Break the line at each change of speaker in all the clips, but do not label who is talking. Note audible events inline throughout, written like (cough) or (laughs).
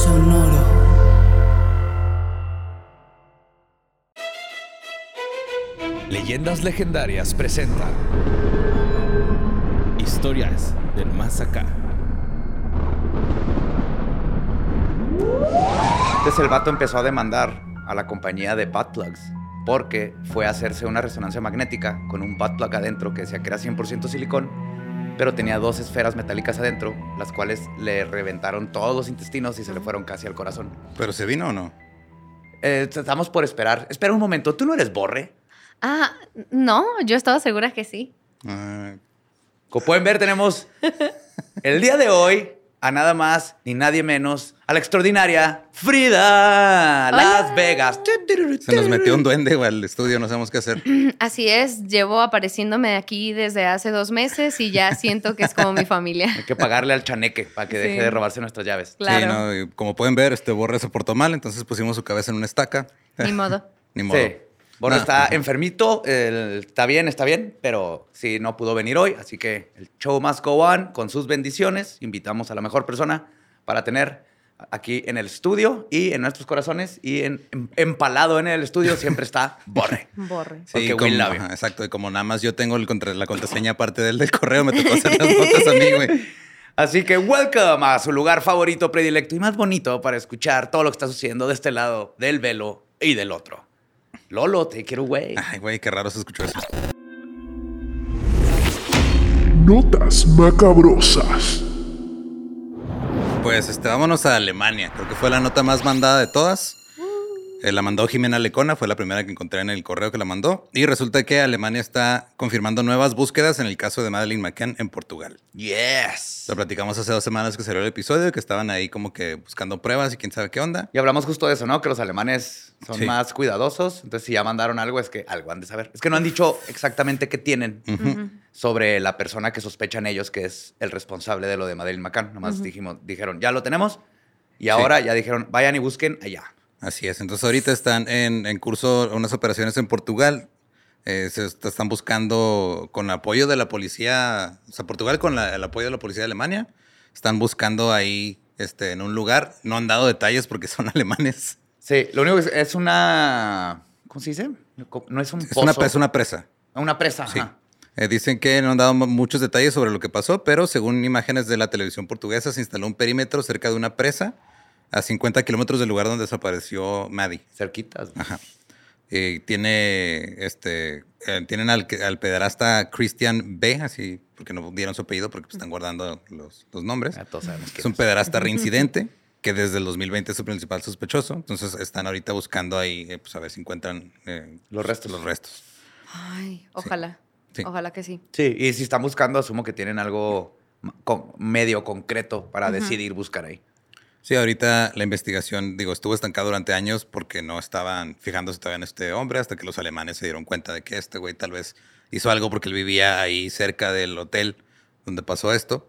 Sonoro.
Leyendas Legendarias presenta Historias del Más Acá.
Entonces el vato empezó a demandar a la compañía de butt plugs porque fue a hacerse una resonancia magnética con un butt plug adentro que decía que era 100% silicón, pero tenía dos esferas metálicas adentro, las cuales le reventaron todos los intestinos y se le fueron casi al corazón.
¿Pero se vino o no?
Eh, estamos por esperar. Espera un momento, ¿tú no eres Borre?
Ah, no, yo estaba segura que sí. (clears throat)
Ah,
Como pueden ver, tenemos el día de hoy a nada más ni nadie menos a la extraordinaria Frida Las Vegas.
se nos metió un duende güey, al estudio, no sabemos qué hacer.
Así es, llevo apareciéndome aquí desde hace dos meses y ya siento que es como mi familia.
(laughs)
(laughs)
Hay que pagarle al chaneque para que deje
Sí.
de robarse nuestras llaves.
Claro.
Sí, no, y como pueden ver, este Borre se portó mal, entonces pusimos su cabeza en una estaca.
Ni modo.
Ni modo.
Sí. Borre
No.
está enfermito, el- está bien, está bien, pero sí, no pudo venir hoy, así que el show must go on con sus bendiciones. Invitamos a la mejor persona para tener aquí en el estudio y en nuestros corazones y en- em- empalado en el estudio siempre está Borre.
Borre.
Sí,
Porque
como-
Will la vio.
ajá, exacto. Y como nada más yo tengo el contra- la contraseña aparte del del correo, me tocó hacer las notas a mí, güey.
Así que welcome a su lugar favorito, predilecto y más bonito para escuchar todo lo que está sucediendo de este lado, del velo y del otro. Lolo, te quiero, güey.
Ay, güey, qué raro se escuchó eso.
Notas macabrosas.
Pues este, vámonos a Alemania. Creo que fue la nota más mandada de todas. Eh, la mandó Jimena Lecona, fue la primera que encontré en el correo que la mandó. Y resulta que Alemania está confirmando nuevas búsquedas en el caso de Madeleine McCann en Portugal.
Yes.
Lo platicamos hace dos semanas que salió el episodio, que estaban ahí como que buscando pruebas y quién sabe qué onda.
Y hablamos justo de eso, ¿no? Que los alemanes son
Sí.
más cuidadosos. Entonces, si ya mandaron algo, es que algo han de saber. Es que no han dicho exactamente qué tienen sobre la persona que sospechan ellos que es el responsable de lo de Madeleine McCann. Nomás dijimos, dijeron, ya lo tenemos. Y ahora ya dijeron, vayan y busquen allá.
Así es. Entonces ahorita están en, en curso unas operaciones en Portugal. Eh, se est- están buscando con apoyo de la policía, o sea, Portugal con la- el apoyo de la policía de Alemania. Están buscando ahí este, en un lugar. No han dado detalles porque son (laughs) alemanes.
Sí, lo único que es, es una. ¿Cómo se dice? No es un
Es una,
pozo.
es una presa.
Una presa.
Sí.
ajá.
Eh, dicen que no han dado mu- muchos detalles sobre lo que pasó, pero según imágenes de la televisión portuguesa, se instaló un perímetro cerca de una presa a 50 kilómetros del lugar donde desapareció Maddie.
Cerquitas. güey.
Eh, tiene, este, eh, tienen al, que- al pederasta Christian B, así, porque no dieron su apellido, porque pues, están guardando los, los nombres.
Ya todos sabemos quién
Es un pederasta reincidente, que desde el 2020 es su principal sospechoso. Entonces están ahorita buscando ahí, eh, pues a ver si encuentran eh,
Los restos.
Los restos.
Ay, ojalá.
Sí.
Ojalá que sí.
Sí, y si están buscando, asumo que tienen algo ma- con- medio concreto para decidir buscar ahí.
Sí, ahorita la investigación, digo, estuvo estancada durante años porque no estaban fijándose todavía en este hombre hasta que los alemanes se dieron cuenta de que este güey tal vez hizo algo porque él vivía ahí cerca del hotel donde pasó esto.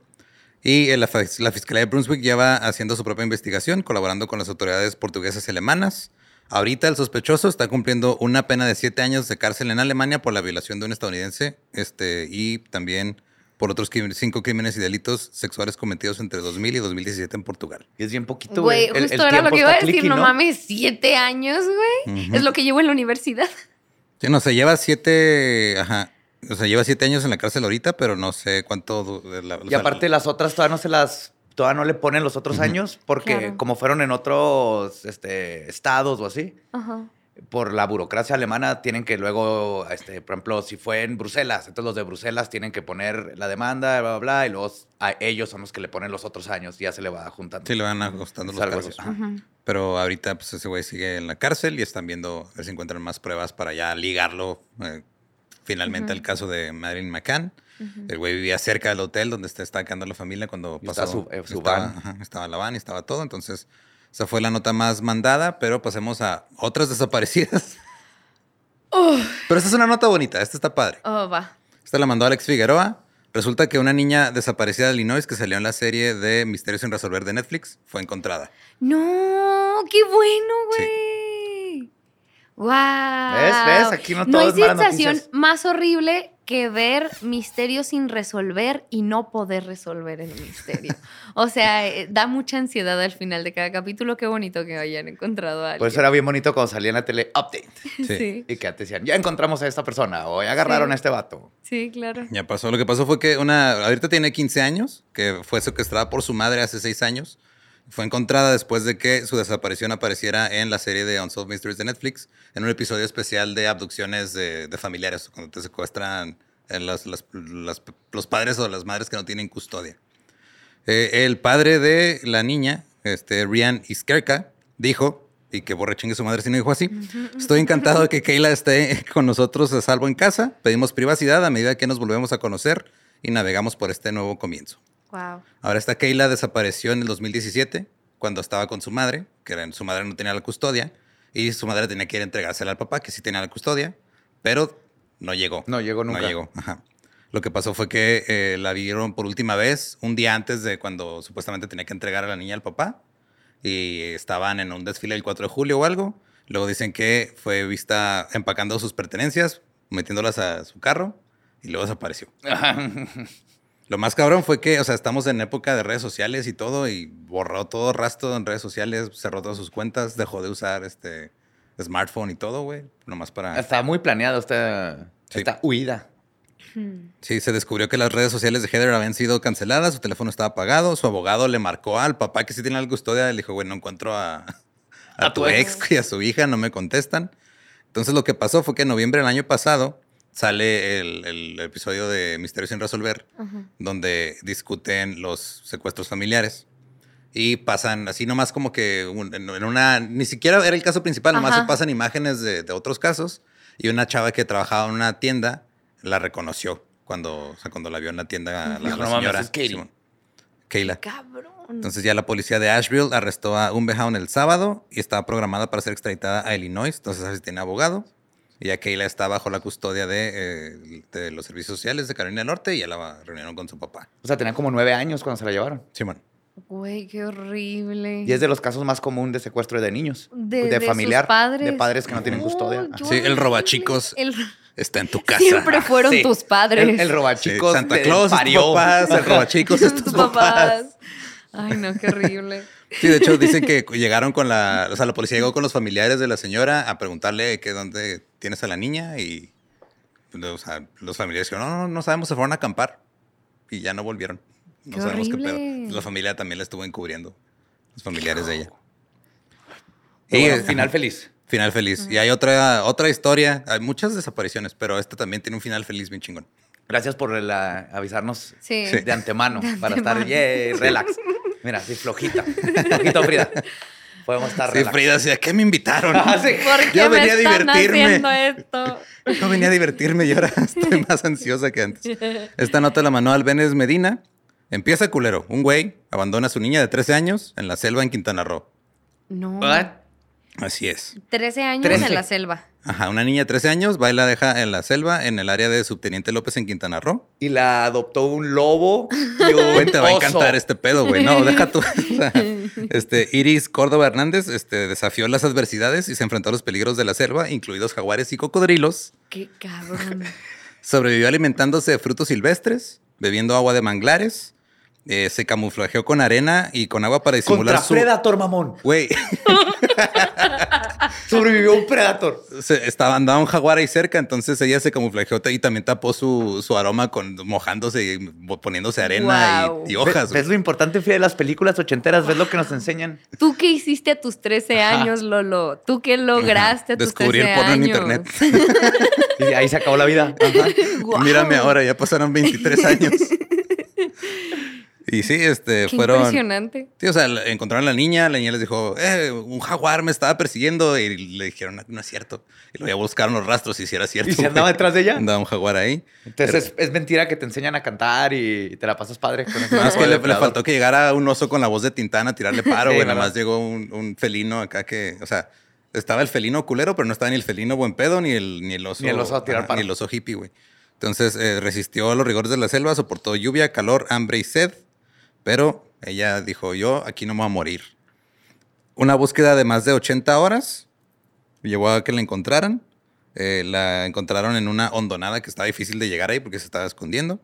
Y eh, la, fa- la Fiscalía de Brunswick lleva haciendo su propia investigación, colaborando con las autoridades portuguesas y alemanas. Ahorita el sospechoso está cumpliendo una pena de siete años de cárcel en Alemania por la violación de un estadounidense este, y también por otros crim- cinco crímenes y delitos sexuales cometidos entre 2000 y 2017 en Portugal.
Y es bien poquito,
Güey,
El- el
justo era
tiempo
lo que
está
iba a decir,
clicky,
no mames, siete años, güey.
Ujú.
Es lo que llevo en la universidad.
Sí, no, se lleva siete, ajá, o sea, lleva siete años en la cárcel ahorita, pero no sé cuánto... du- de la- o
Y
sea,
aparte las otras todavía no se las, todavía no le ponen los otros
Ujú.
años porque
Claro.
como fueron en otros este, estados o así,
Ajá.
por la burocracia alemana tienen que luego, este, por ejemplo, si fue en Bruselas, entonces los de Bruselas tienen que poner la demanda, bla, bla, bla, y luego a ellos son los que le ponen los otros años y ya se le va juntando.
Sí, le van ajustando
Es
los
algo así.
cargos.
Ajá.
Ujú.
Pero ahorita, pues, ese güey sigue en la cárcel y están viendo a ver si encuentran más pruebas para ya ligarlo eh, finalmente
Ujú.
al caso de Marilyn McCann.
Ujú.
El güey vivía cerca del hotel donde está atacando la familia cuando
Y
pasó.
está su- eh, su
estaba,
van.
ajá, estaba la van y estaba todo. Entonces, esa fue la nota más mandada, pero pasemos a otras (laughs) desaparecidas. Pero esta es una nota bonita, esta está padre.
Oh, va.
Esta la mandó Alex Figueroa. Resulta que una niña desaparecida de Illinois que salió en la serie de Misterios sin resolver de Netflix fue encontrada.
No, qué bueno,
Sí.
güey. Wow.
¿Ves? ¿Ves? Aquí no
No
todo
hay
es malas
sensación
noticias.
más horrible que ver misterios sin resolver y no poder resolver el misterio. o sea, eh, da mucha ansiedad al final de cada capítulo. Qué bonito que hayan encontrado a alguien.
Por eso Pues era bien bonito cuando salía en la tele Update
Sí.
sí.
y que antes decían, ya encontramos a esta persona o ya agarraron
Sí.
a este vato.
sí, claro.
Ya pasó. Lo que pasó fue que una. Ahorita tiene 15 años, que fue secuestrada por su madre hace 6 años. Fue encontrada después de que su desaparición apareciera en la serie de Unsolved Mysteries de Netflix, en un episodio especial de abducciones de, de familiares, cuando te secuestran eh, las- las- las- los padres o las madres que no tienen custodia. Eh, el padre de la niña, este, Rian Iskerka, dijo, y que borre chingue su madre si no dijo así, estoy encantado de que Kayla esté con nosotros a salvo en casa, pedimos privacidad a medida que nos volvemos a conocer y navegamos por este nuevo comienzo.
Wow.
Ahora esta Kayla desapareció en el 2017, cuando estaba con su madre, que era- su madre no tenía la custodia, y su madre tenía que ir a entregársela al papá, que sí tenía la custodia, pero no llegó.
No llegó nunca.
No llegó, ajá. Lo que pasó fue que eh, la vieron por última vez un día antes de cuando supuestamente tenía que entregar a la niña al papá. Y estaban en un desfile el 4 de julio o algo. Luego dicen que fue vista empacando sus pertenencias, metiéndolas a su carro y luego desapareció. Lo más cabrón fue que, o sea, estamos en época de redes sociales y todo, y borró todo rastro en redes sociales, cerró todas sus cuentas, dejó de usar este smartphone y todo, güey. Nomás para.
Está muy planeado esta,
Ah. Sí.
esta huida.
Mm.
Sí, se descubrió que las redes sociales de Heather habían sido canceladas, su teléfono estaba apagado, su abogado le marcó al papá que sí tiene la custodia, le dijo, güey, no encuentro a, a
A
tu
tu
ex y a su hija, no me contestan. Entonces lo que pasó fue que en noviembre del año pasado sale el, el episodio de Misterio sin resolver,
Ajá.
donde discuten los secuestros familiares. Y pasan así nomás como que un- en en una... Ni siquiera era el caso principal, nomás
Ajá.
se pasan imágenes de, de otros casos. Y una chava que trabajaba en una tienda la reconoció cuando, o sea, cuando la vio en la tienda la,
Dijo,
la
"No mames,
señora.
es Katie".
Simón. Kayla.
Cabrón.
Entonces ya la policía de Asheville arrestó a Unbehaun el sábado y estaba programada para ser extraditada a Illinois. Entonces así tiene abogado. Y ya Kayla está bajo la custodia de, eh, de los servicios sociales de Carolina del Norte y ya la reunieron con su papá.
O sea, tenía como nueve años cuando se la llevaron.
Simón.
Güey, qué horrible.
Y es de los casos más común de secuestro de niños.
De-
De,
de sus
familiar.
padres.
De padres que no tienen custodia.
Uy, qué
Sí, el
horrible.
robachicos.
El-
Está en tu casa. Ah,
Siempre fueron
Sí.
tus padres.
El, el
Sí,
robachicos.
Santa
de-
Claus, es
parió.
tu papá,
(laughs)
el
(laughs)
robachicos, es
tus
tus papás.
papás. Ay, no, qué horrible.
Sí, de hecho dicen que llegaron con la, o sea, la policía llegó con los familiares de la señora a preguntarle que dónde tienes a la niña y o sea, los familiares dijeron, no, no, no sabemos, se fueron a acampar y ya no volvieron. No
¡Qué
sabemos qué
horrible!
pedo. La familia también la estuvo encubriendo, los familiares de ella.
Y
eh,
el final feliz.
Final feliz. Y hay otra, otra historia, hay muchas desapariciones, pero esta también tiene un final feliz bien chingón.
Gracias por la- avisarnos
Sí.
de antemano
(laughs) De
para estar
antemano.
yay, relax. Mira, sí, flojita. Flojito, Frida. Podemos estar
Sí,
relax.
Frida, ¿sí? ¿a qué me
(laughs)
invitaron?
Ah, sí.
¿Por qué
Yo
me
venía a
están
divertirme. (laughs)
haciendo esto?
No venía a divertirme y ahora (laughs) estoy más ansiosa que antes. Esta nota la mandó Albenes Medina. Empieza culero. Un güey abandona a su niña de 13 años en la selva en Quintana Roo.
No.
¿Verdad?
Así es.
13 años en
Trece.
la selva.
Ajá, una niña de 13 años va y la deja en la selva en el área de Subteniente López en Quintana Roo.
Y la adoptó un lobo y un
Güey, te va a
oso.
encantar este pedo, güey. No, deja tú. (laughs) O
(laughs)
sea, este, Iris Córdoba Hernández este, desafió las adversidades y se enfrentó a los peligros de la selva, incluidos jaguares y cocodrilos.
Qué cabrón.
(laughs) Sobrevivió alimentándose de frutos silvestres, bebiendo agua de manglares. eh, se camuflajeó con arena y con agua para disimular
Contra
su...
Predator, mamón.
Güey, (laughs)
Sobrevivió un Predator.
se- estaba andaba un jaguar ahí cerca, entonces ella se camuflajeó y también tapó su, su aroma con mojándose y poniéndose arena y-
Wow.
y, hojas.
¿Ves, ves lo importante, Frida, de las películas ochenteras? ¿Ves lo que nos enseñan?
(laughs)
¿Tú qué hiciste a tus 13 años, Lolo? ¿Tú qué lograste a tus
Descubrir
13
porno en
años?
internet. (laughs)
Y de ahí se acabó la vida. Ajá.
Guau.
Mírame ahora, ya pasaron 23
(laughs)
años. y sí, este,
Qué
fueron...
impresionante.
Sí, o sea, la- encontraron a la niña, la niña les dijo, eh, un jaguar me estaba persiguiendo y le dijeron, no, no es cierto. Y luego ya buscaron los rastros y si era cierto.
Y se
güey.
andaba detrás de ella.
Andaba un
(laughs)
jaguar ahí.
Entonces es, es mentira que te enseñan a cantar y te la pasas padre. Con ese
Nada más
tipo
que
de
le, le
depredador.
faltó que llegara un oso con la voz de Tintana
(laughs)
a tirarle paro,
Sí,
güey. Nada
¿verdad?
más llegó un, un felino acá que, o sea, estaba el felino culero, pero no estaba ni el felino buen pedo, ni el, ni el oso.
Ni el oso a tirar
ajá,
paro.
Ni el oso hippie, güey. Entonces eh, resistió a los rigores de la selva, soportó lluvia, calor, hambre y sed, pero ella dijo, yo aquí no me voy a morir. Una búsqueda de más de 80 horas llevó a que la encontraran. Eh, la encontraron en una hondonada que estaba difícil de llegar ahí porque se estaba escondiendo.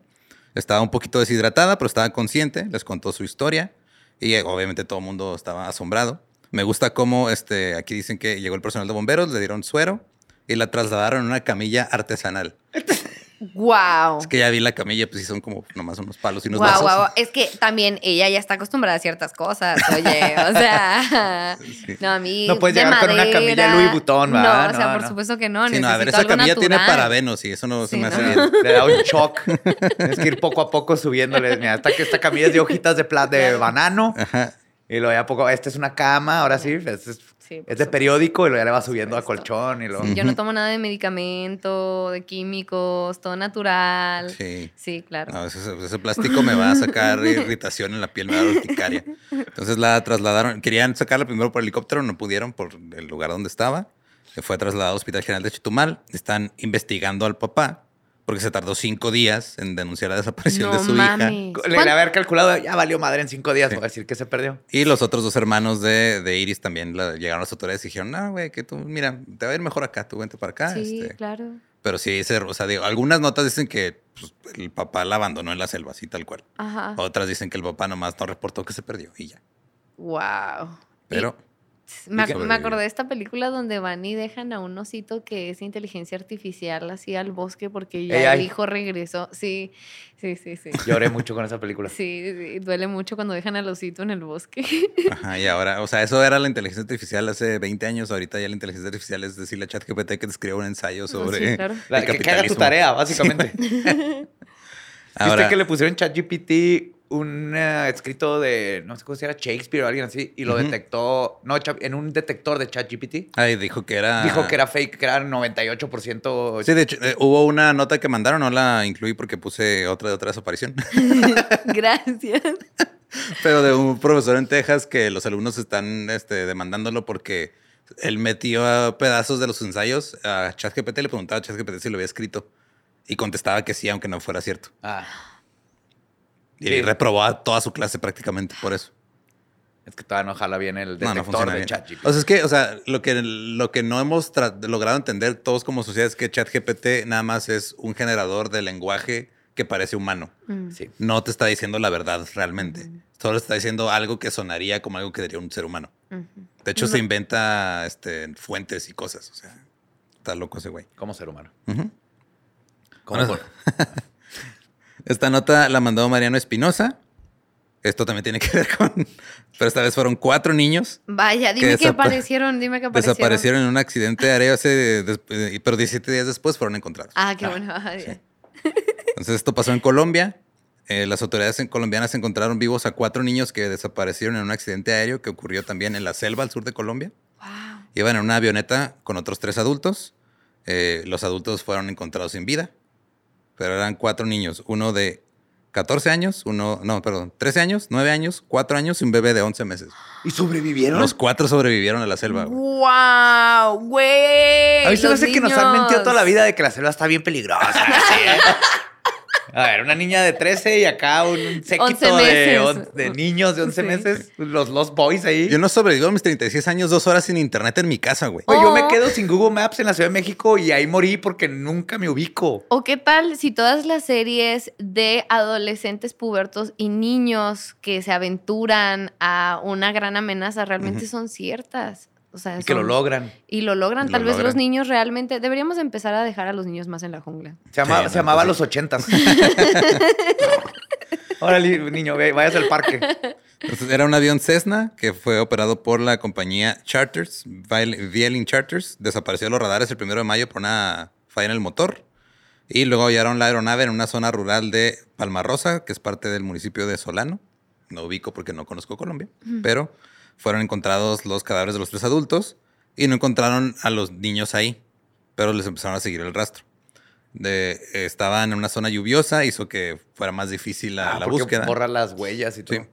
Estaba un poquito deshidratada, pero estaba consciente. Les contó su historia y eh, obviamente todo el mundo estaba asombrado. Me gusta cómo este, aquí dicen que llegó el personal de bomberos, le dieron suero y la trasladaron en una camilla artesanal.
Wow.
Es que ya vi la camilla, pues sí son como nomás unos palos y unos
Guau,
vasos.
guau, guau. Es que también ella ya está acostumbrada a ciertas cosas, oye. O sea, no, a mí.
No puedes
de
llegar con una
madera.
camilla Louis Vuitton, ¿verdad?
No, o sea,
No,
por
no.
supuesto que no.
Sí, no, a ver,
necesito
esa
algo
camilla tiene
natural.
parabenos y eso no se
Sí,
me hace
¿no?
bien.
Le da un shock. Tienes que ir poco a poco subiéndole. Mira, hasta que esta camilla es de hojitas de plata de banano. Y luego ya poco, esta es una cama, ahora sí, es, es-
Sí, por
es de periódico y luego ya le va subiendo a
supuesto.
colchón y luego.
Sí, yo no tomo nada de medicamento, de químicos, todo natural. Sí,
Sí. Ah,
claro.
No, ese, ese plástico me va a
(laughs)
sacar irritación en la piel, me va a dar urticaria. Entonces la trasladaron, querían sacarla primero por helicóptero, no pudieron por el lugar donde estaba. Se fue trasladado al Hospital General de Chetumal. Están investigando al papá porque se tardó cinco días en denunciar la desaparición
No
de su hija.
mames.
Le
¿Cuán-
le haber calculado, ya valió madre en cinco días, voy a decir que se perdió.
Y los otros dos hermanos de, de Iris también la- llegaron a las autoridades y dijeron, no, güey, que tú, mira, te va a ir mejor acá, tú vente para acá.
sí,
este".
claro.
Pero sí, se- o sea, digo, algunas notas dicen que pues, el papá la abandonó en la selva, así tal cual.
Ajá.
Otras dicen que el papá nomás no reportó que se perdió y ya.
Wow.
Pero
Me,
¿Y qué?
ac- me acordé de esta película donde van y dejan a un osito que es inteligencia artificial así al bosque porque ya el
AI.
hijo regresó. Sí, sí, sí,
(laughs)
sí.
Lloré mucho con esa película.
Sí, sí, duele mucho cuando dejan al osito en el bosque. (laughs)
Ajá, y ahora, o sea, eso era la inteligencia artificial hace 20 años. Ahorita ya la inteligencia artificial es decirle a ChatGPT que te escriba un ensayo sobre.
Sí, claro.
Ah, La-
(laughs) el
que, que haga tu
capitalismo.
tarea, básicamente.
(laughs) Ahora,
¿Viste que le pusieron ChatGPT un eh, escrito de, no sé cómo se llama, Shakespeare o alguien así, y lo
Ujú.
detectó, no, cha- en un detector de ChatGPT?
ay, dijo que era.
Dijo que era fake, que era 98%.
Ah. Sí, de hecho, eh, hubo una nota que mandaron, no la incluí porque puse otra de otra desaparición,
Gracias.
(laughs) pero de un profesor en Texas que los alumnos están este, demandándolo porque él metió a pedazos de los ensayos a ChatGPT, le preguntaba a ChatGPT si lo había escrito y contestaba que sí, aunque no fuera cierto.
Ah,
Y
Sí.
reprobó a toda su clase prácticamente por eso.
es que todavía no jala bien el
No, no
detector
funciona
de
bien.
ChatGPT.
O sea, es que, o sea, lo que, lo que no hemos tra- logrado entender todos como sociedad es que ChatGPT nada más es un generador de lenguaje que parece humano.
Mm.
Sí.
No te está diciendo la verdad realmente. Solo está diciendo algo que sonaría como algo que diría un ser humano.
Ujú.
De hecho, se inventa este, fuentes y cosas. O sea, está loco ese güey.
Como ser humano.
Ujú.
Como
Bueno,
por-
Esta nota la mandó Mariano Espinosa. Esto también tiene que ver con... (laughs) Pero esta vez fueron cuatro niños.
Vaya, dime que,
desapa-
aparecieron, dime que aparecieron.
Desaparecieron en un accidente aéreo hace, des- eh, pero 17 días después fueron encontrados.
Ah, qué bueno. (laughs) Ay,
sí. Entonces esto pasó en Colombia. Eh, las autoridades en- colombianas encontraron vivos a cuatro niños que desaparecieron en un accidente aéreo que ocurrió también en la selva al sur de Colombia.
Wow.
Iban en una avioneta con otros tres adultos. Eh, los adultos fueron encontrados sin vida, pero eran cuatro niños. Uno de 14 años, uno, no, perdón, 13 años, 9 años, 4 años y un bebé de 11 meses.
¿Y sobrevivieron?
Los cuatro sobrevivieron a la selva. güey.
Wow, güey.
a mí se me
los
hace que nos han mentido toda la
niños.
(laughs) vida de que la selva está bien peligrosa. ¿sí? ¿eh? A ver, una niña de 13 y acá un séquito
11
de,
meses.
on- de niños de 11
Sí.
meses, pues, los Lost Boys ahí.
Yo no sobrevivo a mis 36 años dos horas sin internet en mi casa, güey.
Oye, yo me
Oh.
quedo sin Google Maps en la Ciudad de México y ahí morí porque nunca me ubico.
¿O qué tal si todas las series de adolescentes pubertos y niños que se aventuran a una gran amenaza realmente
Ujú.
son ciertas? O sea,
Y que lo
son-
logran.
Y lo logran.
Lo
Tal vez los
logran.
niños realmente. Deberíamos empezar a dejar a los niños más en la jungla. (laughs)
Se, llama-
Sí,
se llamaba
entonces-
Los Ochentas. (laughs) Órale, niño, ve, vayas al parque.
Entonces, era un avión Cessna que fue operado por la compañía Charters, Viol- Vieling Charters. Desapareció de los radares el primero de mayo por una falla en el motor. Y luego hallaron la aeronave en una zona rural de Palmarosa, que es parte del municipio de Solano. No ubico porque no conozco Colombia, pero fueron encontrados los cadáveres de los tres adultos y no encontraron a los niños ahí, pero les empezaron a seguir el rastro. De, estaban en una zona lluviosa, hizo que fuera más difícil la,
Ah,
la
porque
búsqueda.
Borra las huellas y todo.
Sí.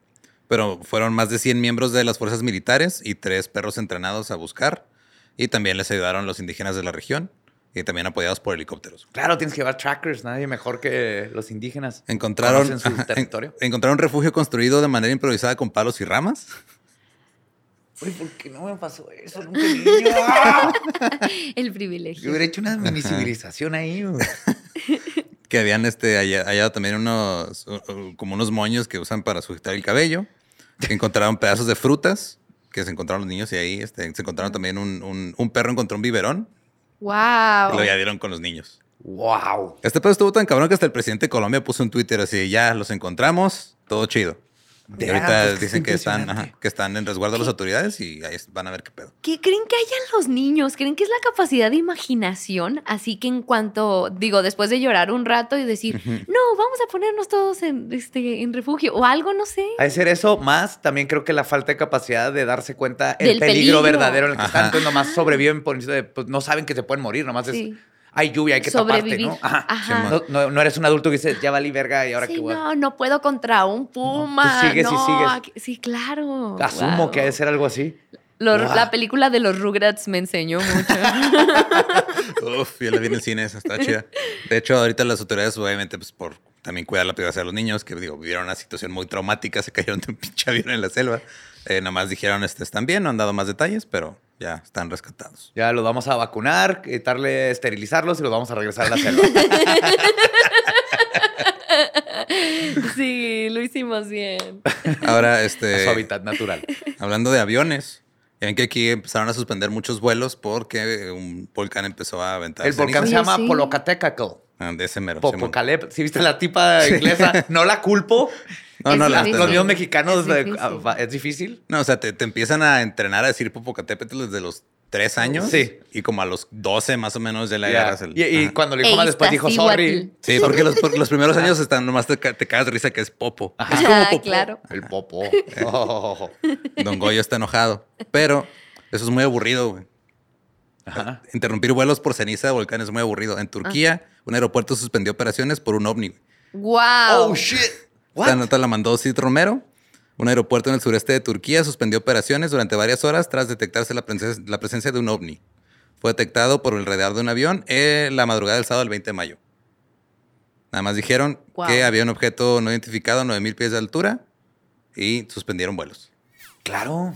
Pero fueron más de 100 miembros de las fuerzas militares y tres perros entrenados a buscar. Y también les ayudaron los indígenas de la región y también apoyados por helicópteros.
Claro, tienes que llevar trackers, nadie mejor que los indígenas.
Encontraron,
Conocen su
ajá, (laughs) en-
territorio.
encontraron un refugio construido de manera improvisada con palos y ramas.
Uy, ¿por qué no me pasó eso? Nunca de niño.
(laughs)
¡Ah!
El
Yo
privilegio.
hubiera hecho una mini civilización ahí. güey.
Que habían este, halla- hallado también unos, u- u- como unos moños que usan para sujetar el cabello. Que encontraron pedazos de frutas que se encontraron los niños y ahí este, se encontraron también un, un- un perro encontró un biberón y
¡Wow!
lo ya dieron con los niños.
¡Wow!
Este pedo estuvo tan cabrón que hasta el presidente de Colombia puso un Twitter así, ya los encontramos, todo chido. Y
Damn,
ahorita
pues, qué
dicen que están,
impresionante.
ajá, que están en resguardo de las autoridades y ahí es- van a ver
(laughs)
qué pedo.
¿Qué creen que hayan los niños? ¿Creen que es la capacidad de imaginación? Así que en cuanto, digo, después de llorar un rato y decir, no, vamos a ponernos todos en, este, en refugio o algo, no sé.
A ser eso, más también creo que la falta de capacidad de darse cuenta el
Del
peligro,
peligro.
verdadero en el que están.
Ajá.
Entonces nomás sobreviven por encima de, pues no saben que se pueden morir, nomás
Sí.
es, hay lluvia, hay que
Sobrevivir.
taparte, ¿no? Ajá.
Ajá.
No, no- no eres un adulto que dices, ya valí verga y ahora
Sí,
que voy a-
no, no puedo contra un puma.
tú sigues y
no,
sigues.
aquí- Sí, claro.
Asumo
Wow.
que ha de ser algo así.
Lo-
Wow.
La película de los Rugrats me enseñó
(laughs)
mucho.
Uf, yo la vi en el cine, esa está chida. De hecho, ahorita las autoridades, obviamente, pues por también cuidar la privacidad de los niños, que digo, vivieron una situación muy traumática, se cayeron de un (laughs) pinche avión en la selva. Eh, nada más dijeron, este, están bien, no han dado más detalles, pero ya
(laughs)
están rescatados.
Ya los vamos a vacunar, quitarle, esterilizarlos y los vamos a regresar a la
(laughs)
selva.
sí, lo
(laughs)
hicimos bien.
Ahora,
a su
este...
hábitat natural.
Hablando de aviones, ya ven que aquí empezaron a suspender muchos vuelos porque eh, un volcán empezó a aventar.
El volcán
cenizas.
se
Oye,
llama
sí.
Polocatecacal.
Ah, de ese mero. Simón.
Popocalep. Si viste la tipa inglesa, no la culpo. Ah,
No, no,
Es
la
difícil.
neta,
Los
no.
míos mexicanos
Es
eh,
difícil.
ah, es difícil.
No, o sea, te, te empiezan a entrenar a decir Popocatépetl desde los tres años.
Sí.
Y como a los 12 más o menos de la
Ya.
guerra.
Y, y Ah. cuando le dijo más después dijo
Eistacihuatl.
sorry.
Sí, porque los, porque
(laughs)
los primeros años están nomás te, ca- te cagas de risa que es popo.
Ah,
Es como popo.
claro.
El
(laughs)
popo. Oh.
Don Goyo está enojado. Pero eso es muy aburrido, güey.
Ajá.
Interrumpir vuelos por ceniza de volcán es muy aburrido. En Turquía,
Ah.
un aeropuerto suspendió operaciones por un ovni. güey.
Wow.
Oh shit.
Esta
What?
nota la mandó Cid Romero. Un aeropuerto en el sureste de Turquía suspendió operaciones durante varias horas tras detectarse la, prenses- la presencia de un ovni. Fue detectado por el radar de un avión en la madrugada del sábado del 20 de mayo. Nada más dijeron
Guau.
que había un objeto no identificado a 9000 pies de altura y suspendieron vuelos.
Claro.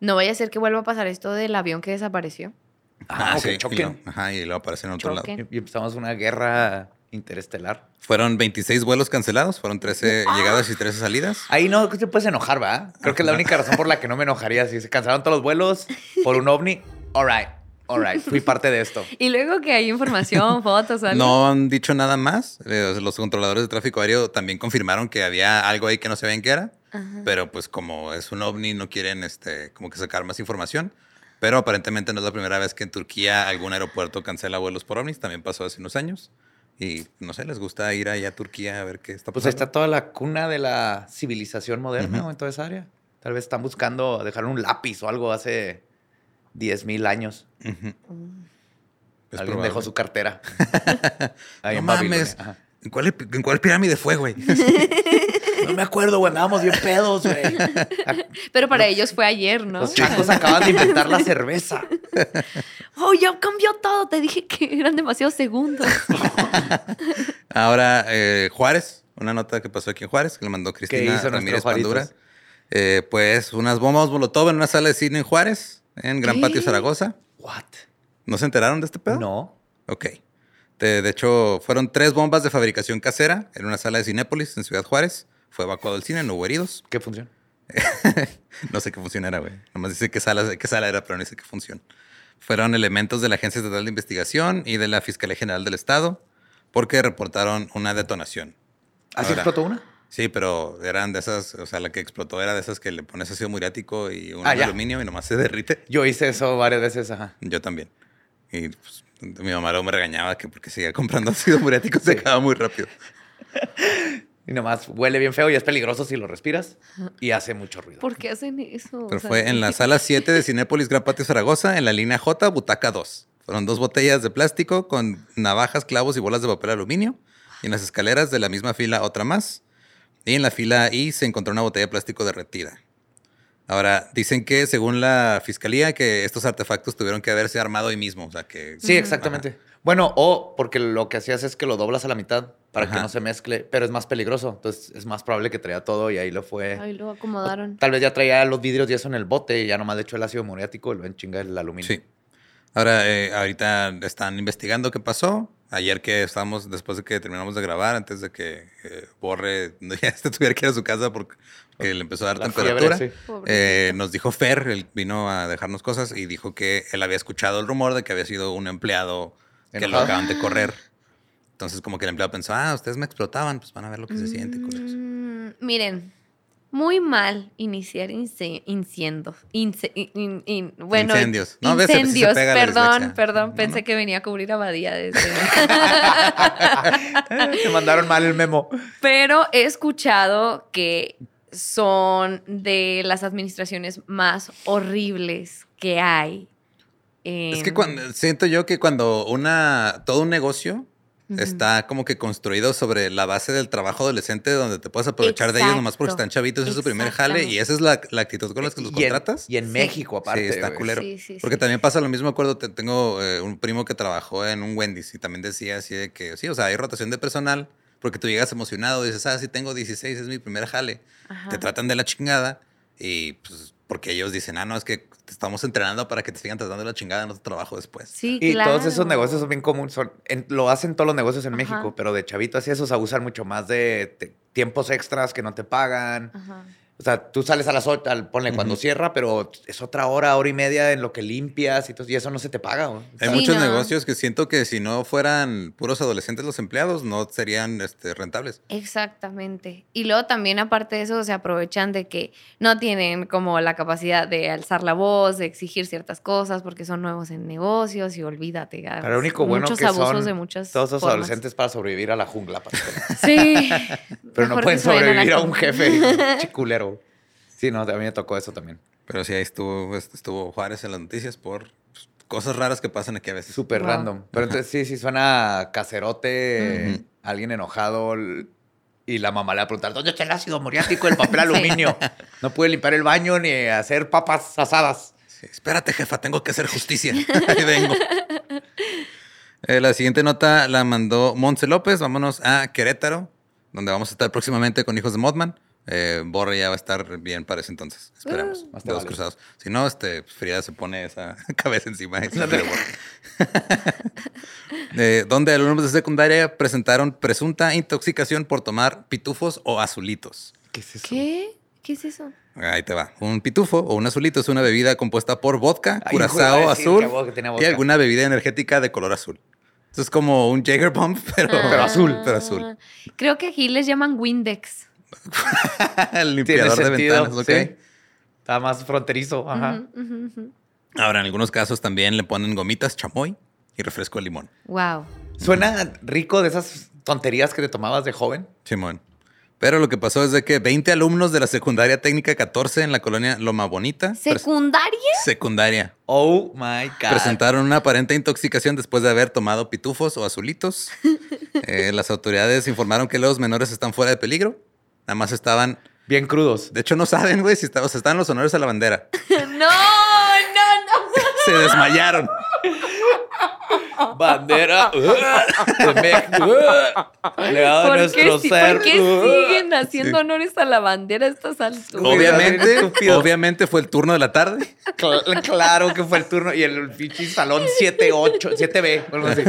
no vaya a ser que vuelva a pasar esto del avión que desapareció.
Ah, ok,
sí, y
choquen.
luego- ajá, y luego aparecen en otro
Choquen.
lado.
Y empezamos una guerra interestelar.
Fueron 26 vuelos cancelados, fueron 13 llegadas y 13 salidas.
Ahí no te puedes enojar, ¿va? Creo que es la única razón por la que no me enojaría. Si se cancelaron todos los vuelos por un ovni, all right, all right. Fui parte de esto.
Y luego que
(laughs)
hay información, fotos, algo.
No han dicho nada más. Eh, Los controladores de tráfico aéreo también confirmaron que había algo ahí que no sabían qué era. Pero pues como es un ovni, no quieren este, como que sacar más información. Pero aparentemente no es la primera vez que en Turquía algún aeropuerto cancela vuelos por ovnis. También pasó hace unos años. Y no sé, les gusta ir allá a Turquía a ver qué está
Pues
pasando.
ahí está toda la cuna de la civilización moderna ¿no? en toda esa área. Tal vez están buscando dejar un lápiz o algo hace 10 mil años.
Ujú. Es
Alguien (laughs)
probable.
dejó su cartera. Ahí
No
en Babilonia.
mames.
Ajá.
¿En cuál, en cuál pirámide
(laughs)
fue, güey?
No me acuerdo, güey. Andábamos bien pedos, güey.
Pero para ellos fue ayer, ¿no?
Los chacos acaban de inventar la cerveza.
Oh, ya cambió todo. Te dije que eran demasiados
(laughs)
segundos.
Ahora, eh, Juárez, una nota que pasó aquí en Juárez, que le mandó Cristina
hizo nuestro
Ramírez
Juaritos?
Pandura. Eh, pues unas bombas molotov en una sala de cine en Juárez, en Gran Patio Zaragoza.
What?
¿No se enteraron de este pedo?
No.
Ok. De, de hecho, fueron tres bombas de fabricación casera en una sala de Cinépolis en Ciudad Juárez. Fue evacuado el cine, no hubo heridos.
¿Qué función?
No sé qué función era, güey. Nomás dice qué sala, qué sala era, pero no dice qué función. Fueron elementos de la Agencia Estatal de Investigación y de la Fiscalía General del Estado porque reportaron una detonación.
¿Así
Ahora.
explotó una?
Sí, pero eran de esas, o sea, la que explotó era de esas que le pones ácido muriático y un
Ah, ya.
aluminio y nomás se derrite.
Yo hice eso varias veces, ajá.
Yo también. Y pues, mi mamá luego me regañaba que porque seguía comprando (laughs) ácido muriático se acaba muy rápido.
Y nomás huele bien feo y es peligroso si lo respiras y hace mucho ruido.
¿Por qué hacen eso? O
Pero
sea,
fue en la sala 7 de Cinépolis Gran Patio Zaragoza, en la línea J, butaca 2. Fueron dos botellas de plástico con navajas, clavos y bolas de papel aluminio. Y en las escaleras de la misma fila otra más. Y en la fila I se encontró una botella de plástico derretida. Ahora, dicen que según la fiscalía, que estos artefactos tuvieron que haberse armado hoy mismo. O sea, que...
Sí, exactamente. Bueno, o porque lo que hacías es que lo doblas a la mitad para que
Ajá.
no se mezcle, pero es más peligroso. Entonces es más probable que traía todo y ahí lo fue.
Ay, lo acomodaron.
Tal vez ya traía los vidrios y eso en el bote y ya nomás le echó el ácido muriático y lo enchinga el aluminio.
Sí. Ahora, eh, ahorita están investigando qué pasó. Ayer que estábamos, después de que terminamos de grabar, antes de que eh, Borre (laughs) ya este tuviera que ir a su casa porque que le empezó a dar
La
temperatura,
fiebre, sí.
eh, nos dijo Fer, él vino a dejarnos cosas y dijo que él había escuchado el rumor de que había sido un empleado que lo
Enojado.
acaban de
(gasps)
correr. Entonces, como que el empleado pensó, ah, ustedes me explotaban, pues van a ver lo que se siente. con eso".
Mm, miren, muy mal iniciar ince- inciendos. Ince- in- in- bueno,
Incendios. No, ves, se- se
incendios,
pega la
perdón,
dislexia.
perdón.
No,
pensé
no.
que venía a cubrir abadía. desde-
Te Eh, mandaron mal el memo.
(laughs) Pero he escuchado que son de las administraciones más horribles que hay.
Es que
en-
cuando, siento yo que cuando una, todo un negocio
Ujú.
está como que construido sobre la base del trabajo adolescente donde te puedes aprovechar de ellos nomás porque
Exacto.
están chavitos, es su primer jale y
Exactamente.
esa es la, la actitud con la que los
Eh, Y en-
contratas.
Y en, México, aparte.
sí, está
güey.
culero.
Sí, sí,
porque
sí.
también pasa lo mismo, me acuerdo, te- tengo eh, un primo que trabajó en un Wendy's y también decía así de que, sí, o sea, hay rotación de personal porque tú llegas emocionado, dices, ah, sí, tengo 16, es mi primer jale.
Ajá.
Te tratan de la chingada y pues porque ellos dicen, ah, no, es que te estamos entrenando para que te sigan tratando de la chingada en otro trabajo después.
Sí,
Y todos
claro.
esos negocios son bien comunes. Son, en- lo hacen todos los negocios en
Ajá.
México, pero de chavito así esos abusan mucho más de te- tiempos extras que no te pagan.
Ajá.
O sea, tú sales a las 8, ponle cuando
Ujú.
cierra, pero es otra hora, hora y media en lo que limpias y, todo, y eso no se te paga. güey. O
Hay
sea,
Sí,
muchos
no.
negocios que siento que si no fueran puros adolescentes los empleados, no serían este, rentables.
Exactamente. Y luego también aparte de eso se aprovechan de que no tienen como la capacidad de alzar la voz, de exigir ciertas cosas porque son nuevos en negocios y olvídate. ya,
Pero lo único bueno
muchos
que
abusos
son
de muchas
todos esos
formas.
adolescentes para sobrevivir a la jungla. Pastor.
(laughs) Sí.
(laughs) pero
Mejor
no
que
pueden
se vayan la
sobrevivir a, un
jungla.
jefe chiculero. Sí, no, a mí me tocó eso también.
Pero sí, ahí estuvo, est- estuvo Juárez en las noticias por pues, cosas raras que pasan aquí a veces.
Súper
Wow.
random. Pero entonces sí, sí suena a cacerote,
Ujú.
alguien enojado l- y la mamá le va a preguntar, ¿dónde está el ácido muriático y el
(laughs)
papel aluminio? No pude limpiar el baño ni hacer papas asadas.
Sí, espérate, jefa, tengo que hacer justicia. (laughs) Ahí vengo. Eh, la siguiente nota la mandó Monse López. Vámonos a Querétaro, donde vamos a estar próximamente con Hijos de Modman. Eh, Borre ya va a estar bien para ese entonces. Esperamos.
Más te
Dedos
vale.
cruzados. Si no, este, pues, Frida se pone esa (laughs) cabeza encima. y se ríe, Borre. (laughs) Eh, donde alumnos de secundaria presentaron presunta intoxicación por tomar pitufos o azulitos.
¿Qué es eso?
(laughs) ¿Qué? ¿Qué es eso?
Ahí te va. Un pitufo o un azulito es una bebida compuesta por vodka,
Ay, hijo,
curazao
iba a decir que
azul
huevo que tenía
y
vodka.
alguna bebida energética de color azul. Eso es como un Jager Bomb, (laughs) pero,
(laughs) Ah. Pero azul.
Pero
(laughs)
azul.
Ah, Creo que aquí les llaman Windex.
El
Tiene
(laughs) limpiador de
sentido,
ventanas, ¿ok?
sí. Está más fronterizo. Ajá.
Ujú, ujú, ujú.
Ahora, en algunos casos también le ponen gomitas, chamoy y refresco de limón.
Wow.
Suena rico de esas tonterías que te tomabas de joven.
Simón. Pero lo que pasó es de que 20 alumnos de la secundaria técnica 14 en la colonia Loma Bonita. pres-
¿Secundaria? (laughs)
Secundaria.
Oh my God.
Presentaron una aparente intoxicación después de haber tomado pitufos
(laughs)
o azulitos. Eh, las autoridades informaron que los menores están fuera de peligro. Nada más estaban.
Bien
(laughs)
crudos.
De hecho, no saben, güey, si está- o sea, están los honores a la bandera. (laughs)
No, no, no.
Se desmayaron.
Bandera. de México. Legado
¿Por
de
qué,
nuestro
si-
ser.
por qué siguen haciendo
Sí.
honores a la bandera a estas alturas?
Obviamente,
Estúpido.
(laughs) obviamente fue el turno de la tarde.
Cla- claro que fue el turno. Y el pinche salón 7-8, 7B. o algo así.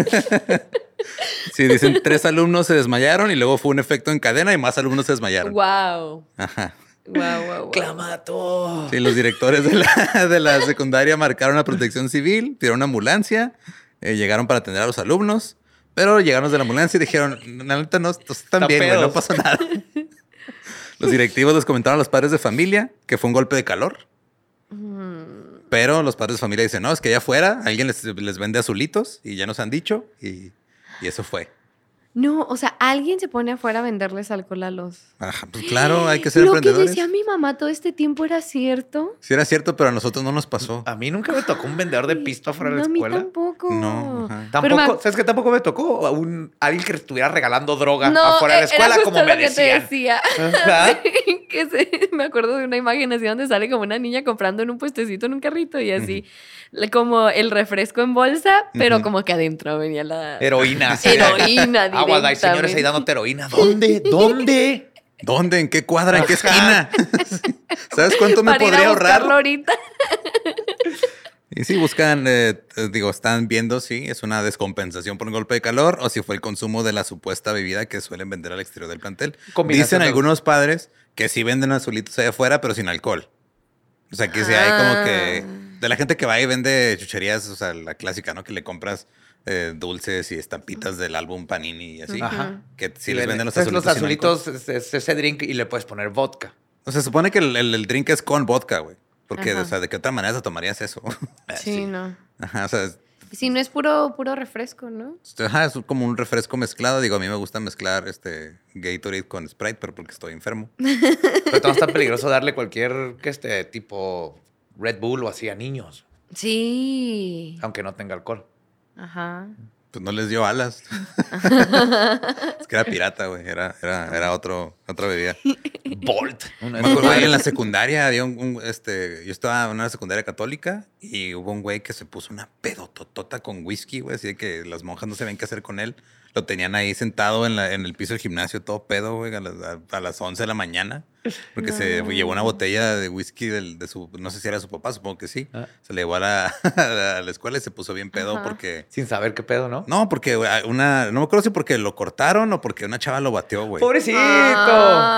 Sí, dicen tres alumnos se desmayaron y luego fue un efecto en cadena y más alumnos se desmayaron.
Wow.
Ajá.
Wow, wow,
Clamato.
Sí, los directores de la, (laughs) de la secundaria marcaron a protección civil, tiraron una ambulancia, eh, llegaron para atender a los alumnos, pero llegaron de la ambulancia y dijeron, la neta no, estos están
Están
bien, güey, no
pedos".
pasó nada. Los directivos les comentaron a los padres de familia que fue un golpe de calor, pero los padres de familia dicen, no, es que allá afuera alguien les, les vende azulitos y ya nos han dicho y, y eso fue.
No, o sea, alguien se pone afuera a venderles alcohol a los.
Ajá, pues claro, hay que ser
Lo que
emprendedores.
decía mi mamá todo este tiempo era cierto.
Si era cierto, pero a nosotros no nos pasó.
A mí nunca me tocó un vendedor de pisto fuera de
no,
la
A mí
escuela.
tampoco.
No, ajá.
Pero me
Tampoco,
ac-
¿sabes qué? Tampoco me tocó a un, alguien que estuviera regalando droga
No, e-,
afuera de la
era
escuela,
justo
como
lo
me
que te
decían. ¿Ah?
decía.
¿Verdad?
(laughs) que se- me acuerdo de una imagen así donde sale como una niña comprando en un puestecito en un carrito y así le- como el refresco en bolsa, pero
Ujú.
como que adentro venía
(laughs)
la
Heroína. sí.
(laughs)
(laughs)
heroína.
Aguas, hay señores ahí
directamente.
dándote heroína. ¿Dónde? ¿Dónde?
¿Dónde? ¿En qué cuadra? ¿En qué
Ajá.
(laughs)
esquina? ¿Sabes cuánto me
Para ir a
podría ahorrar?
buscarlo ahorita.
Y si buscan, eh, eh, digo, están viendo si es una descompensación por un golpe de calor o si fue el consumo de la supuesta bebida que suelen vender al exterior del plantel.
Combinación
Dicen
de-
algunos padres que sí venden azulitos allá afuera, pero sin alcohol. O sea, que sí hay como que...
Ah.
De la gente que va y vende chucherías, o sea, la clásica, ¿no? Que le compras eh, dulces y estampitas del álbum Panini y así.
Ajá.
Que sí, les venden los
Entonces,
azulitos.
los
sin alcohol.
azulitos es, es ese drink y le puedes poner vodka.
O sea, se supone que el, el- el drink es con vodka, güey. Porque,
Ajá.
o sea, ¿de qué otra manera te tomarías eso?
Ah,
Sí, no.
(laughs) Ajá, o sea, es-
Si no es puro, puro refresco, ¿no?
ajá, es como un refresco mezclado. Digo, a mí me gusta mezclar este Gatorade con Sprite, pero porque estoy enfermo.
Pero todo está peligroso darle cualquier que este tipo Red Bull o así a niños,
Sí.
aunque no tenga alcohol.
Ajá.
Pues no les dio alas. (laughs) es que era pirata, güey. Era, era, era otro, otra bebida.
Bolt.
Me acuerdo ahí en la secundaria había un, un, este, yo estaba en una secundaria católica y hubo un güey que se puso una pedototota con whisky, güey, así de que las monjas no sabían qué hacer con él. Lo tenían ahí sentado en, la- en el piso del gimnasio todo pedo, güey, a las, a- a las 11 de la mañana, porque se llevó una botella de whisky del- de su, no sé si era su papá, supongo que sí.
Ah.
Se le llevó a la, (laughs) a la escuela y se puso bien pedo
Ajá.
porque...
Sin saber qué pedo, ¿no?
No, porque una, no me acuerdo si porque lo cortaron o porque una chava lo bateó, güey.
Pobrecito.
Ah.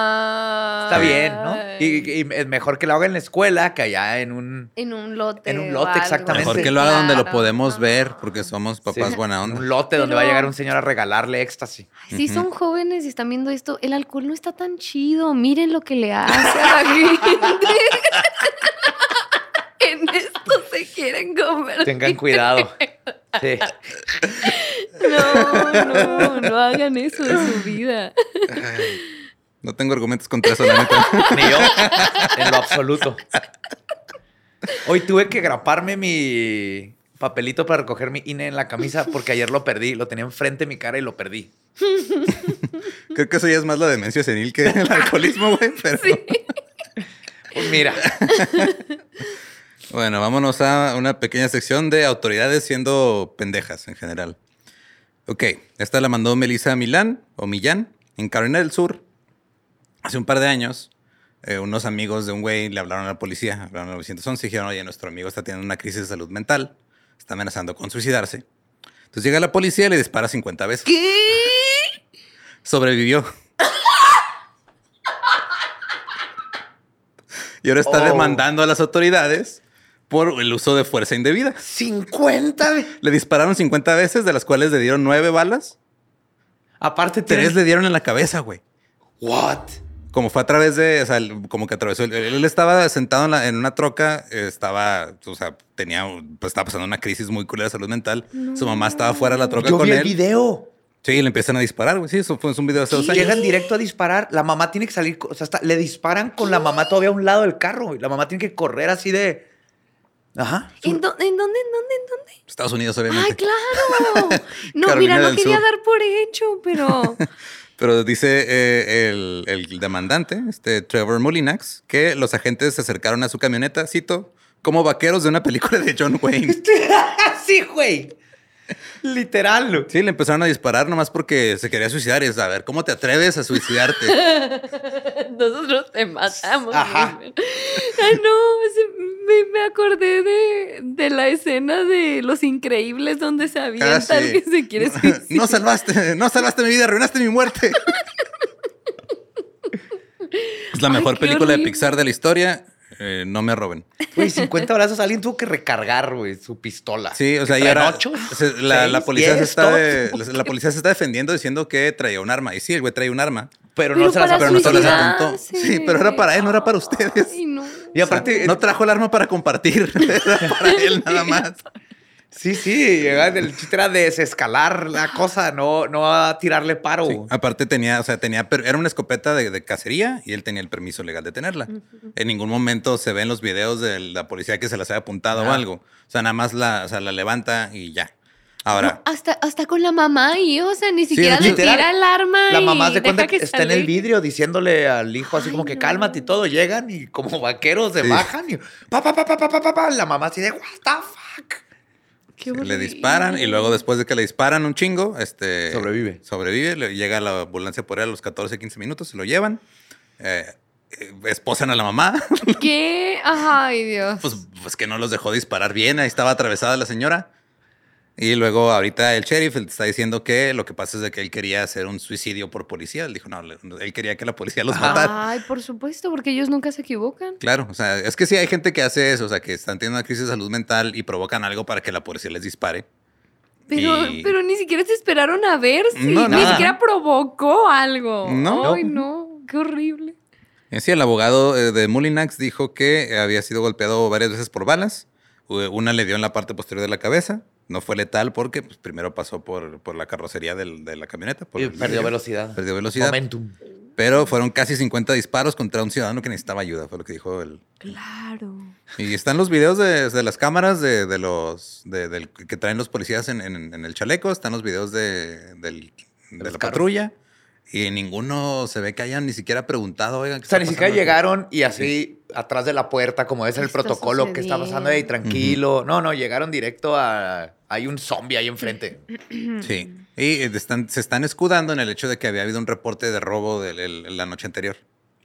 Está
Está
bien, ¿no? Y, y es mejor que lo haga en la escuela que allá en un...
en un lote.
En un
o
lote,
algo
exactamente.
Mejor
así,
que lo haga donde lo
claro.
podemos
Ajá.
ver, porque somos papás
Sí.
buena onda.
Un lote donde va a
Pero-
llegar un señor a regalarle éxtasis.
Ay, Si
Ujú.
son jóvenes y están viendo esto, el alcohol no está tan chido. Miren lo que le hace a (laughs) la gente. en esto se quieren comer.
Tengan cuidado. Sí.
No, no, no hagan eso de su vida.
No tengo argumentos contra eso, la neta. (laughs)
Ni yo, en lo absoluto. Hoy tuve que graparme mi papelito para recoger mi INE en la camisa porque ayer lo perdí. Lo tenía enfrente de mi cara y lo perdí.
Creo que eso ya es más la demencia senil que el alcoholismo, güey. Pero...
Pues mira,
Bueno, vámonos a una pequeña sección de autoridades siendo pendejas en general. Ok, esta la mandó Melissa Milán o Millán en Carolina del Sur. Hace un par de años, eh, unos amigos de un güey le hablaron a la policía, hablaron al 911 y dijeron, oye, nuestro amigo está teniendo una crisis de salud mental, está amenazando con suicidarse. Entonces llega la policía y le dispara 50 veces.
¿Qué?
Sobrevivió. (laughs) y ahora está
Oh.
demandando a las autoridades por el uso de fuerza indebida.
50. ve-
Le dispararon 50 veces, de las cuales le dieron 9 balas.
Aparte,
Tres
tres
le dieron en la cabeza, güey.
What?
Como fue a través de, o sea, el- como que atravesó. el- Él, él estaba sentado en, la- en una troca, eh, estaba, o sea, tenía, un- pues estaba pasando una crisis muy culera de salud mental. Su mamá estaba fuera de la troca
Yo
con
vi el
él.
video.
Sí, le empiezan a disparar, güey. Sí, eso fue es un video hace dos años.
Llegan directo a disparar, la mamá tiene que salir, co- o sea, está- le disparan con la mamá todavía a un lado del carro, güey. La mamá tiene que correr así de... Ajá. (laughs)
¿En, dó- en dónde? ¿En dónde? ¿En dónde?
Estados Unidos, obviamente.
¡Ay, claro!
(laughs)
No,
Carolina
mira, no
del
quería
Sur.
dar por hecho, pero
Pero dice eh, el, el demandante, este Trevor Mullinax, que los agentes se acercaron a su camioneta, cito, como vaqueros de una película de John Wayne.
sí, güey. Literal. güey.
Sí, le empezaron a disparar nomás porque se quería suicidar. Y es, a ver, ¿cómo te atreves a
(laughs)
suicidarte?
(laughs) nosotros te matamos.
Ajá.
Wilmer. (laughs) Ay, no, se- me, me acordé de, de la escena de Los Increíbles donde se avienta el
Casi.
que se quiere suicidar.
Ah, (laughs) no salvaste, no salvaste mi vida, arruinaste mi muerte. (laughs) es la
Ay,
mejor
qué
película de
horrible.
Pixar de la historia. Eh, no me roben.
Güey, 50 brazos, alguien tuvo que recargar, güey, su pistola.
Sí, o sea,
¿Que
y ahora
traen ocho?
se- la, la
¿Seis?
policía se
¿Diez?
está
¿Todos?
de- la, la policía se está defendiendo diciendo que traía un arma. Y sí, el güey traía un arma.
Pero,
Pero
no se las
para
pero no se las
apuntó.
apuntó.
suicidarse.
Sí, pero era para él, no era para ustedes.
Ay, no.
Y aparte,
no trajo el arma para compartir, (laughs) era para él
(laughs)
nada más.
sí, sí, llegaba- el chiste era desescalar la cosa, no, no a tirarle paro.
Sí,
güey.
Aparte tenía, o sea, tenía, per- era una escopeta de, de cacería y él tenía el permiso legal de tenerla. En ningún momento se ven los videos de la policía que se las haya apuntado o algo. O sea, nada más la, o sea, la levanta y ya. Ahora,
Hasta, hasta con la mamá y, o sea, ni siquiera le
literal,
tira el arma.
La
y
mamá se cuenta
deja
que, está en el
salga.
vidrio diciéndole al hijo así
Ay,
como que
no.
cálmate y todo. Llegan y como vaqueros se
Sí.
bajan y pa, pa, pa, pa, pa, pa, pa, pa. La mamá así de what the fuck.
Qué
le
horrible.
disparan y luego después de que le disparan un chingo, este...
Sobrevive.
Sobrevive, le llega la ambulancia por él a los 14, 15 minutos, se lo llevan. Eh, eh, esposan a la mamá,
¿Qué? Ay, Dios.
pues, pues que no los dejó disparar bien, ahí estaba atravesada la señora. Y luego ahorita el sheriff está diciendo que lo que pasa es de que él quería hacer un suicidio por policía. Él dijo, no, le- él quería que la policía
Ah.
los matara.
Ay, por supuesto, porque ellos nunca se equivocan.
Claro, o sea, es que sí hay gente que hace eso, o sea, que están teniendo una crisis de salud mental y provocan algo para que la policía les dispare.
Pero,
Y-
pero ni siquiera se esperaron a ver si
No,
ni
nada.
siquiera provocó algo.
No.
Ay, no. Qué horrible.
En sí, el abogado eh, de Mullinax dijo que había sido golpeado varias veces por balas. Eh, Una le dio en la parte posterior de la cabeza. No fue letal porque pues, primero pasó por, por la carrocería del- de la camioneta. por
Y
el
perdió
vidrio.
velocidad.
Perdió velocidad.
Momentum.
Pero fueron casi 50 disparos contra un ciudadano que necesitaba ayuda, fue lo que dijo él.
Claro.
Y están los videos de, de las cámaras de, de los de- del- que traen los policías en, en- en el chaleco, están los videos de, del- de
los
la
carros.
patrulla. Y ninguno se ve que hayan ni siquiera preguntado, oigan, ¿qué
O sea,
está
ni siquiera
pasando
llegaron
aquí?"
y así atrás de la puerta, como es el
Está
protocolo que está pasando ahí,
sucediendo.
tranquilo. No, no, llegaron directo a. Hay un zombie ahí
(laughs)
enfrente.
Sí. Y eh, están, se están escudando en el hecho de que había habido un reporte de robo del- el- la noche anterior.